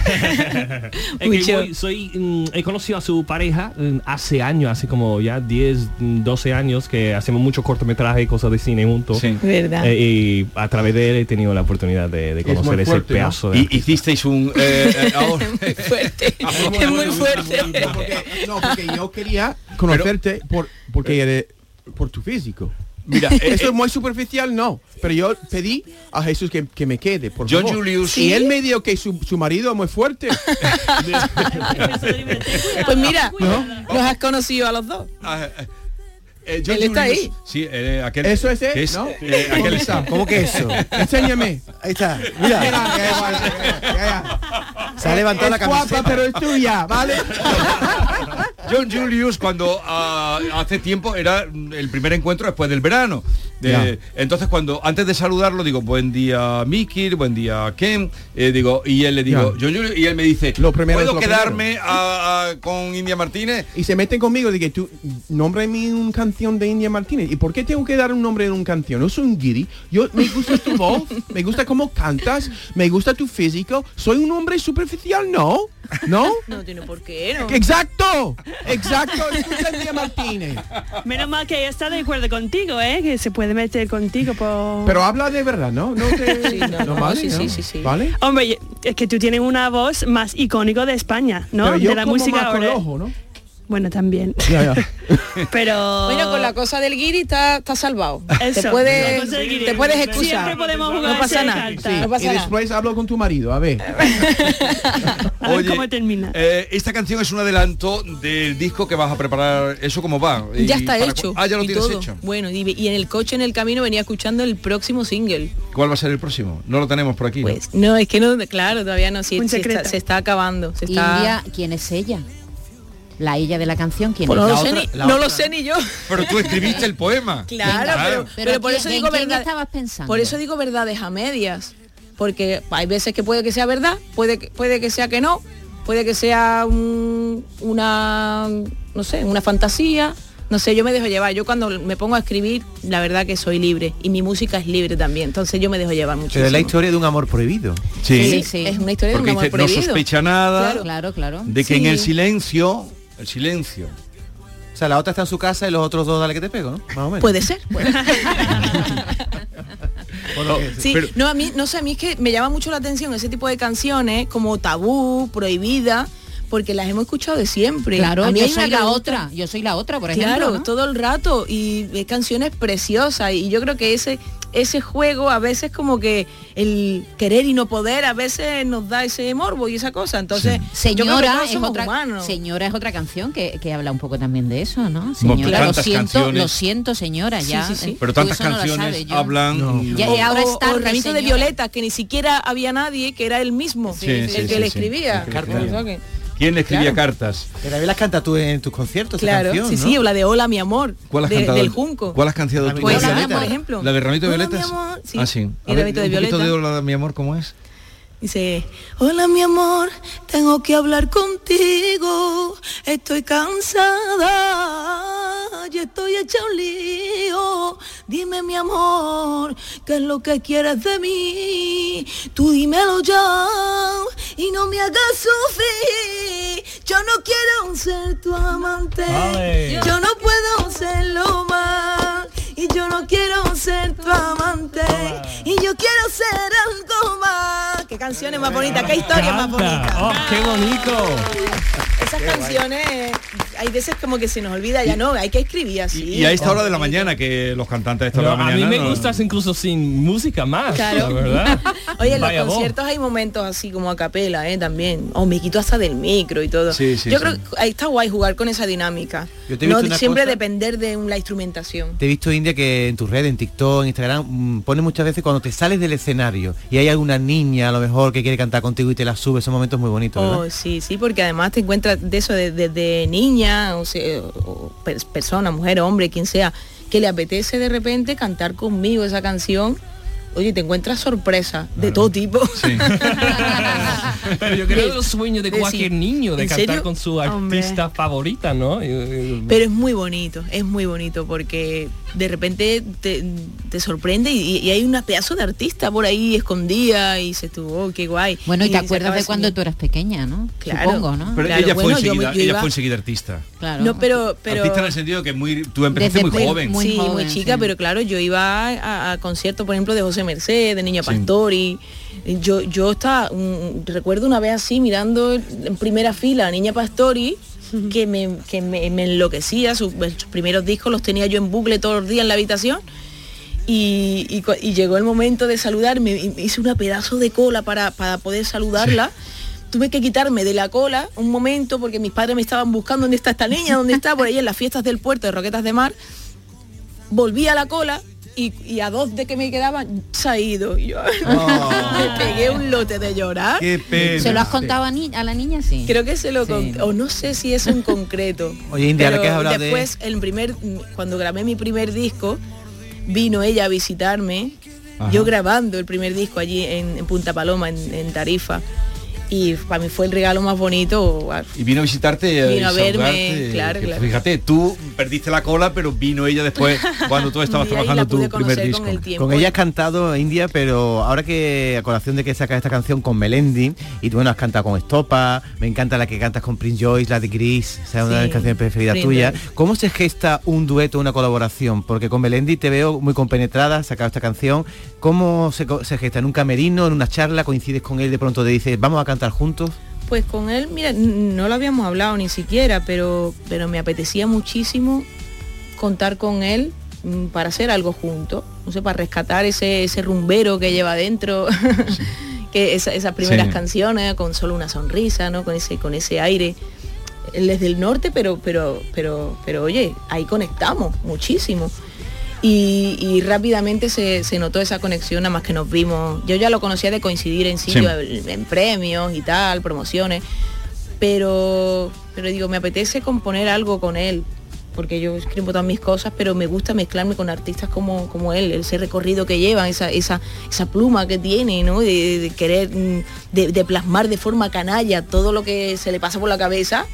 Speaker 7: Es que voy- soy, mm, he conocido a su pareja mm, hace años, hace como ya 10, mm, 12 años, que hacemos muchos cortometrajes y cosas de cine juntos.
Speaker 21: Verdad.
Speaker 7: Eh, y a través de él he tenido la oportunidad de, de
Speaker 3: muy
Speaker 7: conocer ese
Speaker 3: fuerte, ¿no?
Speaker 7: pedazo
Speaker 3: Y- Hicisteis un... eh, eh, ahora-
Speaker 21: es muy fuerte.
Speaker 5: No, porque yo quería conocerte por, porque eres, por tu físico.
Speaker 3: eh, Mira, eh,
Speaker 5: eso
Speaker 3: eh,
Speaker 5: es muy superficial, no. Pero yo pedí a Jesús que, que me quede, por
Speaker 3: John
Speaker 5: favor.
Speaker 3: Julius-
Speaker 5: Y él me dijo que su, su marido es muy fuerte.
Speaker 21: Pues mira, nos has conocido a los dos.
Speaker 3: Ah, eh, eh, John
Speaker 21: Él está
Speaker 3: Julius-
Speaker 21: ahí.
Speaker 3: Sí, eh, aquel...
Speaker 5: Eso es él,
Speaker 3: que
Speaker 5: ¿no?
Speaker 3: eh, aquel-
Speaker 6: ¿Cómo que eso?
Speaker 5: Enséñame.
Speaker 6: Ahí está, mira. Se ha levantado la
Speaker 5: Es guapa,
Speaker 6: camiseta.
Speaker 5: pero es tuya, ¿vale?
Speaker 3: John Julius cuando ah, hace tiempo era mm, el primer encuentro después del verano. De-
Speaker 6: Ya.
Speaker 3: entonces cuando antes de saludarlo digo buen día Mickey, buen día Ken, eh, digo y él le digo John Julius y él me dice
Speaker 5: primero es
Speaker 3: puedo
Speaker 5: lo
Speaker 3: quedarme a- a- Eh, con India Martínez.
Speaker 5: Y se meten conmigo de que tú nombre mi un canción de India Martínez. ¿Y por qué tengo que dar un nombre en un canción? No soy un guiri. Yo me gusta tu voz, me gusta cómo cantas, me gusta tu físico. Soy un hombre superficial, ¿no? ¿No?
Speaker 21: No tiene por qué, ¿no?
Speaker 5: Exacto, exacto. Escucha a India Martínez.
Speaker 4: Menos mal que ella está de acuerdo contigo, ¿eh? Que se puede meter contigo por...
Speaker 5: Pero habla de verdad, ¿no? No te... no, vale,
Speaker 4: sí,
Speaker 5: ¿no?
Speaker 4: sí, sí, sí.
Speaker 5: ¿Vale?
Speaker 4: Hombre, es que tú tienes una voz más icónica de España, ¿no?
Speaker 5: Pero yo
Speaker 4: de la
Speaker 5: como
Speaker 4: música
Speaker 5: más con
Speaker 4: ahora.
Speaker 5: el ojo, ¿no?
Speaker 4: Bueno, también. Pero...
Speaker 21: Bueno, con la cosa del guiri está, está salvado. te
Speaker 4: Eso, la
Speaker 21: puedes,
Speaker 4: cosa del guiri.
Speaker 21: te puedes excusar.
Speaker 4: Siempre podemos jugar
Speaker 21: No pasa
Speaker 4: ese
Speaker 21: nada.
Speaker 4: carta.
Speaker 21: No pasa
Speaker 5: y
Speaker 21: nada.
Speaker 5: después hablo con tu marido, a ver.
Speaker 3: Oye, eh, esta canción es un adelanto del disco que vas a preparar. ¿Eso cómo va? Y
Speaker 21: Ya está
Speaker 3: para cu-
Speaker 21: hecho.
Speaker 3: Ah, ya lo
Speaker 21: y
Speaker 3: tienes
Speaker 21: todo.
Speaker 3: hecho.
Speaker 21: Bueno, y, y en el coche, en el camino, venía escuchando el próximo single.
Speaker 3: ¿Cuál va a ser el próximo? No lo tenemos por aquí. ¿no?
Speaker 21: No, es que no, claro, todavía no. sí,
Speaker 17: Un
Speaker 21: sí está-
Speaker 17: secreto.
Speaker 21: se está acabando. Se está...
Speaker 17: India, ¿quién es ella? La ella de la canción, ¿quién
Speaker 21: Pues
Speaker 17: es?
Speaker 21: no lo sé ni- no lo sé ni yo.
Speaker 3: Pero tú escribiste el poema.
Speaker 21: Claro, pero, pero por
Speaker 17: ¿quién-
Speaker 21: eso
Speaker 17: en
Speaker 21: digo
Speaker 17: quién
Speaker 21: verdad.
Speaker 17: estabas pensando?
Speaker 21: Por eso digo verdades a medias, porque hay veces que puede que sea verdad, puede que, puede que sea que no, puede que sea un- una, no sé, una fantasía. No sé, yo me dejo llevar. Yo cuando me pongo a escribir, la verdad que soy libre y mi música es libre también. Entonces yo me dejo llevar mucho.
Speaker 6: Pero es la historia de un amor prohibido.
Speaker 21: es una historia
Speaker 3: Porque
Speaker 21: de un amor
Speaker 3: dice, no
Speaker 21: prohibido.
Speaker 3: sospecha nada
Speaker 21: Claro, claro, claro.
Speaker 3: de que en
Speaker 21: Sí.
Speaker 3: el silencio, el silencio.
Speaker 6: O sea, la otra está en su casa y los otros dos dale que te pego, ¿no? Más o menos.
Speaker 21: Puede ser.
Speaker 6: Por lo que-
Speaker 21: Sí,
Speaker 6: pero-
Speaker 21: no a mí, no sé, a mí es que me llama mucho la atención ese tipo de canciones como tabú, prohibida, porque las hemos escuchado de siempre.
Speaker 17: Claro,
Speaker 21: A mí
Speaker 17: yo
Speaker 21: hay una
Speaker 17: soy la
Speaker 21: pregunta-
Speaker 17: otra, yo soy la otra, por
Speaker 21: Claro,
Speaker 17: ejemplo. ¿no?
Speaker 21: todo el rato y eh, canciones preciosas y yo creo que ese ese juego a veces como que el querer y no poder a veces nos da ese morbo y esa cosa. Entonces, yo creo que
Speaker 17: Señora
Speaker 21: todos
Speaker 17: es,
Speaker 21: somos
Speaker 17: otra,
Speaker 21: humanos.
Speaker 17: señora es otra canción que, que habla un poco también de eso, ¿no?
Speaker 3: Bueno,
Speaker 17: Señora, lo
Speaker 3: tantas
Speaker 17: siento,
Speaker 3: canciones.
Speaker 17: lo siento, señora,
Speaker 21: Sí,
Speaker 17: ya.
Speaker 21: sí, sí.
Speaker 3: Pero
Speaker 17: Tú
Speaker 3: tantas
Speaker 17: eso no lo
Speaker 3: canciones
Speaker 17: sabes, yo-
Speaker 3: hablan...
Speaker 17: Ya,
Speaker 21: O-
Speaker 17: y ahora
Speaker 21: o-
Speaker 17: es tarde,
Speaker 21: o ramito de
Speaker 17: señora.
Speaker 21: violeta que ni siquiera había nadie que era él mismo
Speaker 3: Sí,
Speaker 21: el
Speaker 3: sí,
Speaker 21: que
Speaker 3: sí,
Speaker 21: le
Speaker 3: sí. El
Speaker 21: escribía
Speaker 3: que le escribía.
Speaker 21: O sea que-
Speaker 3: ¿Quién le escribía
Speaker 21: Claro.
Speaker 3: cartas?
Speaker 6: Que también las cantas tú en tus conciertos. esa
Speaker 21: claro
Speaker 6: canción,
Speaker 21: sí
Speaker 6: ¿no?
Speaker 21: sí o la de hola mi amor
Speaker 3: ¿Cuál has
Speaker 21: de-
Speaker 3: cantado?
Speaker 21: del junco
Speaker 3: ¿Cuál has cantado tú?
Speaker 21: Pues Hola, mi amor, por ejemplo
Speaker 3: La de Ramito de
Speaker 21: Hola, mi
Speaker 3: Violetas.
Speaker 21: amor, sí.
Speaker 3: Ah, sí.
Speaker 21: Y Ramito de
Speaker 3: un poquito
Speaker 21: Violeta.
Speaker 3: de Hola, mi amor, ¿cómo es?
Speaker 21: Dice, hola mi amor, tengo que hablar contigo, estoy cansada, yo estoy hecha un lío, dime mi amor, qué es lo que quieres de mí, tú dímelo ya y no me hagas sufrir, yo no quiero ser tu amante,
Speaker 14: Vale.
Speaker 21: yo no puedo serlo más, y yo no quiero ser tu amante, y yo quiero ser algo más. Qué canciones más bonitas, qué historias más bonitas.
Speaker 7: Canta. Oh, qué bonito.
Speaker 21: Esas
Speaker 3: Qué guay.
Speaker 21: canciones, hay veces como que se nos olvida, ya no, hay que escribir así.
Speaker 3: Y a esta hora de la mañana, que los cantantes a esta
Speaker 7: Pero
Speaker 3: hora de la
Speaker 7: a mí
Speaker 3: mañana...
Speaker 7: me
Speaker 3: no-
Speaker 7: gustas incluso sin música más,
Speaker 21: Claro.
Speaker 7: la verdad.
Speaker 21: Oye, en los
Speaker 7: Vaya voz.
Speaker 21: conciertos hay momentos así como a capela, ¿eh? También. O me quito hasta del micro y todo.
Speaker 6: Sí, sí,
Speaker 21: Yo
Speaker 6: sí.
Speaker 21: creo que ahí está guay jugar con esa dinámica.
Speaker 6: Yo te he
Speaker 21: No
Speaker 6: visto una
Speaker 21: siempre
Speaker 6: cosa-
Speaker 21: depender de un- la instrumentación.
Speaker 6: Te he visto, India, que en tus redes, en TikTok, en Instagram, mm, pones muchas veces cuando te sales del escenario y hay alguna niña a lo mejor que quiere cantar contigo y te la sube, esos momentos muy bonitos,
Speaker 21: Oh,
Speaker 6: ¿verdad?
Speaker 21: sí, sí, porque además te encuentras de eso desde niña, o, sea, o per- persona, mujer, hombre, quien sea, que le apetece de repente cantar conmigo esa canción. Oye, te encuentras sorpresas de todo tipo.
Speaker 7: Pero yo creo que es el sueño de
Speaker 21: Sí.
Speaker 7: cualquier niño, de
Speaker 21: ¿En
Speaker 7: cantar
Speaker 21: serio?
Speaker 7: con su
Speaker 21: Hombre.
Speaker 7: artista favorita, ¿no? Y- y-
Speaker 21: Pero es muy bonito, es muy bonito porque de repente te, te sorprende y, y hay una pedazo de artista por ahí escondida y se estuvo, qué guay.
Speaker 17: eh, Bueno, y te
Speaker 21: se
Speaker 17: acuerdas
Speaker 21: acaba
Speaker 17: de cuando
Speaker 21: subiendo.
Speaker 17: tú eras pequeña, ¿no?
Speaker 21: Claro.
Speaker 17: Supongo, ¿no?
Speaker 3: Pero
Speaker 21: Ah. Claro,
Speaker 3: ella,
Speaker 21: bueno,
Speaker 3: fue
Speaker 21: yo-
Speaker 3: enseguida,
Speaker 21: yo
Speaker 3: ella
Speaker 21: iba-
Speaker 3: fue enseguida artista.
Speaker 17: Claro.
Speaker 21: No, pero, pero
Speaker 3: Artista en el sentido que muy, tú empezaste
Speaker 21: desde
Speaker 3: pues, muy, joven.
Speaker 21: sí, muy chica, pero claro, yo iba a, a conciertos, por ejemplo, de José Merced, de Niña Pastori. Yo, yo estaba, mm, recuerdo una vez así mirando en primera fila a Niña Pastori, que me, que me, me enloquecía, sus, sus primeros discos los tenía yo en bucle todos los días en la habitación. Y, y cua- y llegó el momento de saludarme, y me hice una pedazo de cola para, para poder saludarla. Tuve que quitarme de la cola un momento porque mis padres me estaban buscando dónde está esta niña, dónde está, por ahí en las fiestas del puerto de Roquetas de Mar volví a la cola y, y a dos de que me quedaban se ha ido. Y yo me pegué un lote de llorar.
Speaker 6: Ah. Qué pena.
Speaker 17: ¿Se lo has contado a, ni- a la niña? Sí.
Speaker 21: Creo que se lo con- o no sé si eso en concreto.
Speaker 6: Oye, India, ahora
Speaker 21: pero
Speaker 6: que has hablado de-
Speaker 21: después el primer cuando grabé mi primer disco vino ella a visitarme.
Speaker 6: Ajá.
Speaker 21: Yo grabando el primer disco allí en, en Punta Paloma, en, en Tarifa. Y para mí fue el regalo más bonito.
Speaker 3: Y vino a visitarte eh,
Speaker 21: Vino a
Speaker 3: y
Speaker 21: verme,
Speaker 3: saludarte,
Speaker 21: claro,
Speaker 3: que
Speaker 21: claro.
Speaker 3: Fíjate, tú perdiste la cola, pero vino ella después cuando tú estabas
Speaker 21: Mira, y la
Speaker 3: trabajando tu
Speaker 21: pude
Speaker 3: primer
Speaker 21: conocer
Speaker 3: disco.
Speaker 21: con el tiempo.
Speaker 6: Con ella has cantado India, pero ahora que a colación de que sacas esta canción con Melendi y tú bueno has cantado con Estopa, me encanta la que cantas con Prince Joyce, la de Gris, esa es una de
Speaker 21: Sí,
Speaker 6: las canciones preferidas
Speaker 21: Prince
Speaker 6: tuyas.
Speaker 21: Joyce.
Speaker 6: ¿Cómo se gesta un dueto, una colaboración? Porque con Melendi te veo muy compenetrada, has sacado esta canción. ¿Cómo se, co- se gesta? ¿En un camerino, en una charla? ¿Coincides con él de pronto te dices, vamos a cantar juntos?
Speaker 21: Pues con él, mira, n- no lo habíamos hablado ni siquiera, pero, pero me apetecía muchísimo contar con él mm, para hacer algo juntos, no sé, para rescatar ese, ese rumbero que lleva adentro, que esa- esas primeras
Speaker 17: Sí.
Speaker 21: canciones, con solo una sonrisa, ¿no? Con ese, con ese aire. Él es del norte, pero, pero, pero, pero oye, ahí conectamos muchísimo. Y, y rápidamente se, se notó esa conexión, nada más que nos vimos. Yo ya lo conocía de coincidir en sitio, en, en premios y tal, promociones. Pero, pero digo, me apetece componer algo con él, porque yo escribo todas mis cosas, pero me gusta mezclarme con artistas como, como él, ese recorrido que llevan, esa, esa, esa pluma que tiene, ¿no? De, de querer, mm, de, de plasmar de forma canalla todo lo que se le pasa por la cabeza.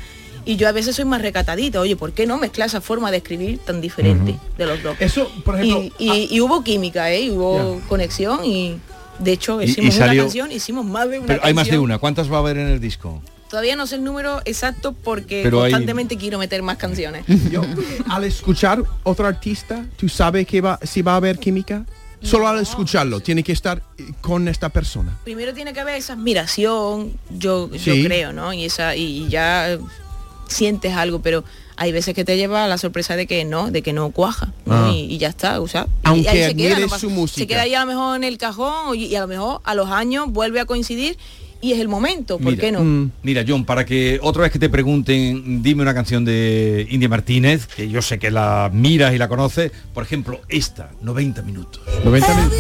Speaker 21: Y yo a veces soy más recatadita, oye, ¿por qué no mezclar esa forma de escribir tan diferente de los dos?
Speaker 5: Eso, por
Speaker 21: ejemplo... Y,
Speaker 3: ah.
Speaker 21: y- y hubo química, ¿eh? Y Hubo conexión y de hecho
Speaker 3: Y- y
Speaker 21: hicimos
Speaker 3: salió-
Speaker 21: una canción, hicimos más de una
Speaker 3: Pero hay más de
Speaker 21: canción.
Speaker 3: una. ¿Cuántas va a haber en el disco?
Speaker 21: Todavía no sé el número exacto porque
Speaker 3: Pero hay-
Speaker 21: constantemente quiero meter más canciones.
Speaker 5: Yo, al escuchar otro artista, ¿tú sabes que va, si va a haber química? Solo al escucharlo, tiene que estar eh, con esta persona.
Speaker 21: Primero tiene que haber esa admiración, yo,
Speaker 5: Sí.
Speaker 21: yo creo, ¿no? Y esa y ya eh, sientes algo, pero hay veces que te lleva a la sorpresa de que no, de que no cuaja, ¿no?
Speaker 5: Ah.
Speaker 21: Y, y ya está, o sea, y
Speaker 5: Aunque
Speaker 21: ahí se queda,
Speaker 5: admires
Speaker 21: no pasa-
Speaker 5: su música.
Speaker 21: Se queda ahí a lo mejor en el cajón y, y a lo mejor a los años vuelve a coincidir y es el momento, ¿por
Speaker 3: Mira, mm,
Speaker 21: qué
Speaker 5: mm,
Speaker 21: no?
Speaker 3: Mira, John, para que otra vez que te pregunten, dime una canción de India Martínez, que yo sé que la miras y la conoces, por ejemplo, esta, 90 minutos.
Speaker 5: 90 minutos.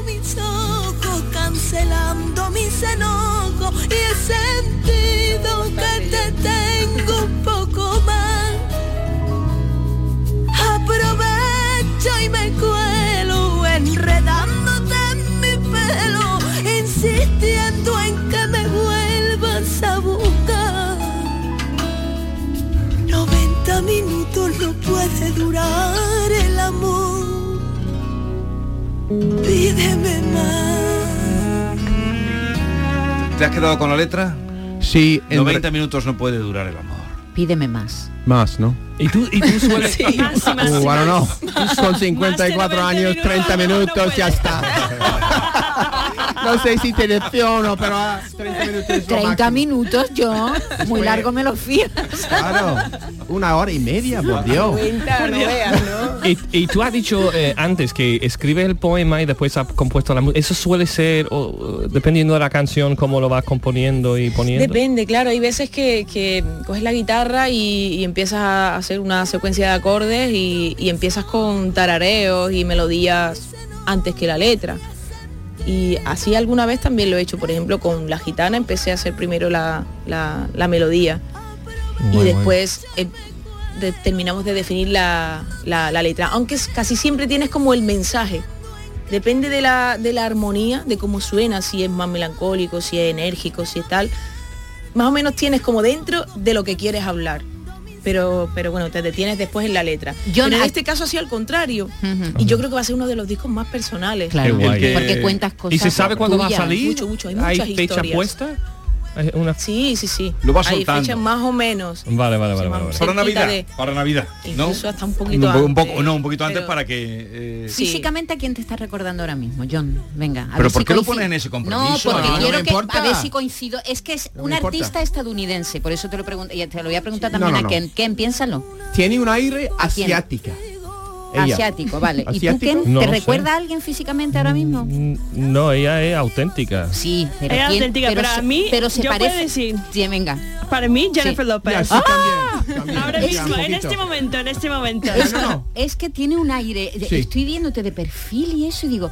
Speaker 8: Abierto mis ojos, cancelando mis enojos y el sentido que te tengo un poco más. Aprovecho y me cuelo, enredándote en mi pelo, insistiendo en que me vuelvas a buscar. 90 minutos no puede durar el amor. Pídeme más.
Speaker 3: ¿Te has quedado con la letra?
Speaker 5: Sí.
Speaker 3: 90 minutos no puede durar el amor.
Speaker 17: Pídeme más.
Speaker 5: Más, ¿no? Uh,
Speaker 7: Y tú, y tú
Speaker 17: sueles- Sí, más y más y
Speaker 5: bueno, no.
Speaker 17: más.
Speaker 5: Con 54 años, 30 minutos, ya está. No sé si te decepciono, pero ah, 30 minutos es lo
Speaker 17: 30 minutos yo, muy
Speaker 5: Fue-
Speaker 17: largo me lo fías.
Speaker 5: Claro, una hora y media, por Dios.
Speaker 7: Y, y tú has dicho eh, antes que escribe el poema y después ha compuesto la música. Eso suele ser, o, eh, dependiendo de la canción, cómo lo vas componiendo y poniendo.
Speaker 21: Depende, claro, hay veces que, que coges la guitarra y, y empiezas a hacer una secuencia de acordes y, y empiezas con tarareos y melodías antes que la letra. Y así alguna vez también lo he hecho, por ejemplo, con La Gitana empecé a hacer primero la, la- la melodía y después eh, de- terminamos de definir la, la- la letra, aunque es- casi siempre tienes como el mensaje. Depende de la, de la armonía, de cómo suena, si es más melancólico, si es enérgico, si es tal. Más o menos tienes como dentro de lo que quieres hablar. Pero, pero bueno, te detienes después en la letra.
Speaker 17: Yo
Speaker 21: Pero en
Speaker 17: no-
Speaker 21: este caso ha sido al contrario. Y yo creo que va a ser uno de los discos más personales.
Speaker 17: Claro,
Speaker 7: Qué guay.
Speaker 17: porque cuentas cosas.
Speaker 7: ¿Y se sabe cuándo va a
Speaker 21: tuyas.
Speaker 7: salir?
Speaker 21: Mucho, mucho, hay
Speaker 7: ¿Hay
Speaker 21: muchas
Speaker 7: fecha
Speaker 21: historias.
Speaker 7: puesta? ¿Hay una-
Speaker 21: Sí, sí, sí.
Speaker 7: Lo va
Speaker 21: Hay
Speaker 7: soltando.
Speaker 21: fechas más o menos.
Speaker 7: Vale, vale, vale. vale, vale.
Speaker 3: Para
Speaker 21: Cerquita
Speaker 3: Navidad,
Speaker 21: de-
Speaker 3: para Navidad, ¿no?
Speaker 21: Incluso hasta un
Speaker 3: Un,
Speaker 21: poquito
Speaker 3: po- un
Speaker 21: antes.
Speaker 3: poco, no, un poquito antes para que... eh,
Speaker 17: Físicamente, ¿a quién te está recordando ahora mismo, John? Venga. A
Speaker 3: Pero
Speaker 17: ver
Speaker 3: ¿por
Speaker 17: si
Speaker 3: qué lo
Speaker 17: coinci-
Speaker 3: pones en ese compromiso?
Speaker 17: No, porque
Speaker 3: No, no
Speaker 17: quiero
Speaker 3: me
Speaker 17: que
Speaker 3: importa.
Speaker 17: a ver si coincido. Es que es
Speaker 5: No
Speaker 17: un
Speaker 5: me importa.
Speaker 17: artista estadounidense, por eso te lo pregunto. Y te lo voy a preguntar
Speaker 5: No,
Speaker 17: también
Speaker 5: no,
Speaker 17: a
Speaker 5: no.
Speaker 17: Ken. Ken, piénsalo.
Speaker 5: Tiene un aire
Speaker 17: ¿A quién?
Speaker 5: asiática. Ella.
Speaker 17: Asiático, vale. ¿Y tú,
Speaker 7: ¿Asiático?
Speaker 17: Ken,
Speaker 7: No
Speaker 17: te
Speaker 7: lo sé.
Speaker 17: recuerda a alguien físicamente ahora mismo?
Speaker 5: Mm,
Speaker 7: No, ella es auténtica.
Speaker 17: Sí, pero
Speaker 4: Es
Speaker 17: quién-
Speaker 4: auténtica, pero
Speaker 17: se-
Speaker 4: a mí,
Speaker 17: pero se
Speaker 4: yo
Speaker 17: parece.
Speaker 4: puedo decir,
Speaker 17: Sí, venga.
Speaker 4: Para mí, Jennifer López.
Speaker 17: Ya, sí,
Speaker 4: ¡Ah! Ahora
Speaker 17: ya,
Speaker 4: mismo,
Speaker 17: un
Speaker 4: en
Speaker 17: poquito.
Speaker 4: este momento, en este momento.
Speaker 17: Es, es que tiene un aire, de-
Speaker 4: Sí.
Speaker 17: estoy viéndote de perfil y eso y digo,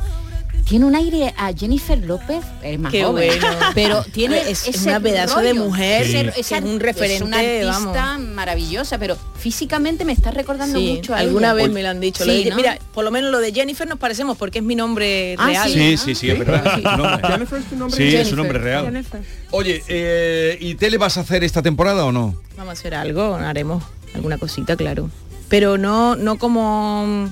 Speaker 17: tiene un aire a Jennifer López, es más
Speaker 21: Qué
Speaker 17: joven,
Speaker 21: bueno.
Speaker 17: pero tiene
Speaker 21: Es- es
Speaker 17: ese
Speaker 21: una pedazo de
Speaker 17: rollo,
Speaker 21: mujer,
Speaker 17: ese-
Speaker 21: Sí.
Speaker 17: ese-
Speaker 21: que es un
Speaker 17: Es una
Speaker 21: referente,
Speaker 17: artista maravillosa, pero físicamente me está recordando
Speaker 21: Sí,
Speaker 17: mucho a
Speaker 21: alguna
Speaker 17: ella.
Speaker 21: vez me lo han dicho. lo
Speaker 17: Sí,
Speaker 21: de-
Speaker 17: ¿no?
Speaker 21: Mira, por lo menos lo de Jennifer nos parecemos porque es mi nombre
Speaker 17: Ah,
Speaker 21: real.
Speaker 3: Sí, sí, sí, es verdad. es su nombre.
Speaker 21: Jennifer es tu nombre.
Speaker 3: Sí, es
Speaker 21: Jennifer.
Speaker 3: un nombre real. Oye, eh, ¿y tele vas a hacer esta temporada o no?
Speaker 21: Vamos a hacer algo, haremos alguna cosita, claro. Pero no, no como. mm,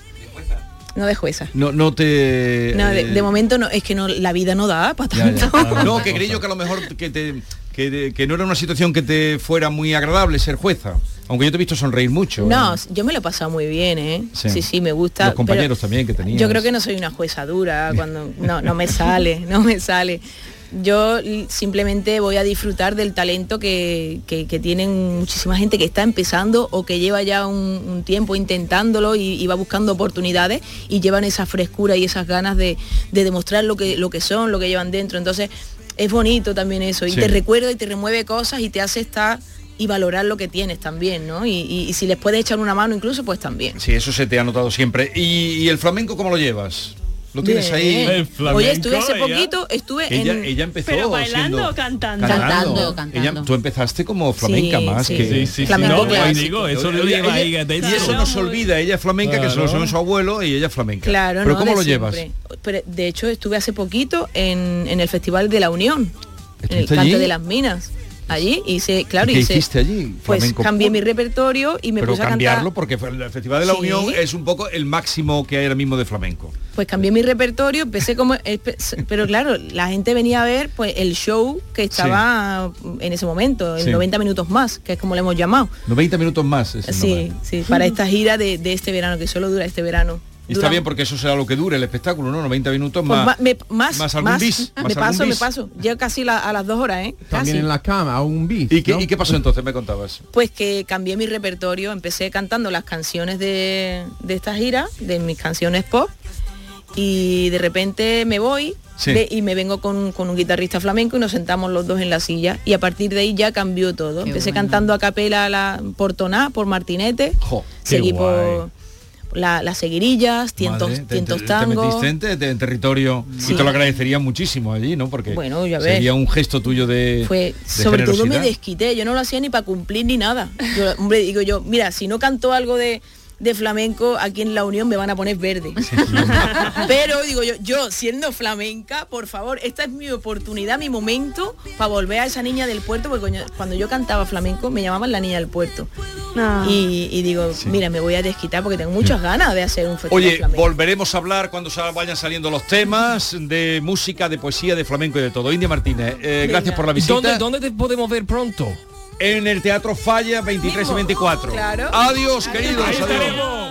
Speaker 21: No de jueza.
Speaker 3: No, no te...
Speaker 21: No, de,
Speaker 3: eh,
Speaker 21: de momento no, es que no, la vida no da para
Speaker 3: Ya,
Speaker 21: tanto.
Speaker 3: ya. No, que creí yo que a lo mejor que te que, de- que no era una situación que te fuera muy agradable ser jueza, aunque yo te he visto sonreír mucho.
Speaker 21: No, yo me lo he pasado muy bien, ¿eh?
Speaker 3: Sí.
Speaker 21: Sí, sí, me gusta.
Speaker 3: Los compañeros
Speaker 21: pero
Speaker 3: también que tenías.
Speaker 21: Yo creo que no soy una jueza dura cuando no no me sale, no me sale. Yo l- simplemente voy a disfrutar del talento que, que- que tienen muchísima gente que está empezando o que lleva ya un, un tiempo intentándolo y, y va buscando oportunidades y llevan esa frescura y esas ganas de, de demostrar lo que, lo que son, lo que llevan dentro. Entonces es bonito también eso y
Speaker 9: Sí.
Speaker 21: te recuerda y te remueve cosas y te hace estar y valorar lo que tienes también, ¿no? Y, y- y si les puedes echar una mano incluso, pues también.
Speaker 3: Sí, eso se te ha notado siempre. ¿Y, y el flamenco cómo lo llevas? ¿Lo tienes
Speaker 21: Bien.
Speaker 3: ahí?
Speaker 21: Oye, estuve hace poquito, estuve
Speaker 3: Ella,
Speaker 21: en...
Speaker 3: ella empezó
Speaker 21: Pero bailando
Speaker 3: siendo-
Speaker 21: o cantando. Cantando, cantando.
Speaker 3: Ella- tú empezaste como flamenca
Speaker 21: Sí,
Speaker 3: más
Speaker 21: sí.
Speaker 3: que
Speaker 21: Sí, sí, sí. Flamenco No, pues, clásico. digo,
Speaker 7: eso lo
Speaker 3: Oye,
Speaker 7: lleva ahí
Speaker 3: ella-
Speaker 7: dentro.
Speaker 3: y eso no se olvida ella es flamenca que se lo
Speaker 7: Claro.
Speaker 3: enseñó su abuelo y ella es flamenca
Speaker 21: Claro,
Speaker 3: pero
Speaker 21: no,
Speaker 3: cómo
Speaker 21: de
Speaker 3: lo llevas
Speaker 21: siempre. Pero, de hecho, estuve hace poquito en, en el Festival de la Unión, en el
Speaker 3: ¿Estuviste
Speaker 21: Cante
Speaker 3: allí?
Speaker 21: de las Minas. Allí hice, claro,
Speaker 3: ¿Y qué
Speaker 21: hice-
Speaker 3: hiciste allí
Speaker 21: Pues
Speaker 3: Flamenco
Speaker 21: cambié
Speaker 3: puro.
Speaker 21: mi repertorio y me
Speaker 3: pero
Speaker 21: puse a
Speaker 3: cambiarlo
Speaker 21: cantar.
Speaker 3: porque el Festival de la
Speaker 21: Sí.
Speaker 3: Unión es un poco el máximo que hay ahora mismo de flamenco.
Speaker 21: Pues cambié mi repertorio, empecé como... espe- Pero claro, la gente venía a ver pues el show que estaba en ese momento, en
Speaker 3: Sí.
Speaker 21: 90 minutos más, que es como le hemos llamado.
Speaker 3: 90 minutos más. es el
Speaker 21: Sí,
Speaker 3: nombre.
Speaker 21: sí, para esta gira de, de este verano, que solo dura este verano.
Speaker 3: Y está
Speaker 21: Durante-
Speaker 3: bien porque eso será lo que dure el espectáculo, ¿no? 90 minutos
Speaker 21: Pues
Speaker 3: más.
Speaker 21: ma- me- más,
Speaker 3: más algún bis, más
Speaker 21: me
Speaker 3: algún
Speaker 21: paso, me
Speaker 3: bis.
Speaker 21: paso. Llego casi la- a las dos horas, ¿eh? Casi.
Speaker 5: También en la cama, a un bis.
Speaker 3: ¿Y qué, ¿Y qué pasó entonces? Me contabas.
Speaker 21: Pues que cambié mi repertorio, empecé cantando las canciones de, de esta gira, de mis canciones pop, y de repente me voy
Speaker 9: Sí.
Speaker 21: de- y me vengo con, con un guitarrista flamenco y nos sentamos los dos en la silla. Y a partir de ahí ya cambió todo. empecé cantando a capela la, por Toná, por Martinete,
Speaker 3: Jo, qué
Speaker 21: seguí
Speaker 3: guay.
Speaker 21: por la- las seguirillas, tientos,
Speaker 3: Madre, te-
Speaker 21: tientos
Speaker 3: te, te
Speaker 21: tangos.
Speaker 3: metiste en, te- en territorio
Speaker 21: Sí.
Speaker 3: y te lo agradecería muchísimo allí, ¿no? Porque
Speaker 21: Bueno, ya ves.
Speaker 3: sería un gesto tuyo de, de
Speaker 21: Fue, sobre todo me
Speaker 3: generosidad.
Speaker 21: desquité, yo no lo hacía ni para cumplir ni nada. Yo, hombre, digo yo, mira, si no canto algo de, de flamenco, aquí en la Unión me van a poner verde. Pero digo yo, yo siendo flamenca, por favor, esta es mi oportunidad, mi momento para volver a esa niña del puerto, porque coño, cuando yo cantaba flamenco me llamaban la niña del puerto. Y, y digo, mira, me voy a desquitar porque tengo muchas ganas de hacer un festival
Speaker 3: Mm. Oye,
Speaker 21: flamenco.
Speaker 3: volveremos a hablar cuando sal- vayan saliendo los temas de música, de poesía, de flamenco y de todo. India Martínez, eh, gracias por la visita.
Speaker 7: ¿Dónde, dónde te podemos ver pronto?
Speaker 3: En el Teatro Falla 23 y 24. Adiós, queridos. adiós.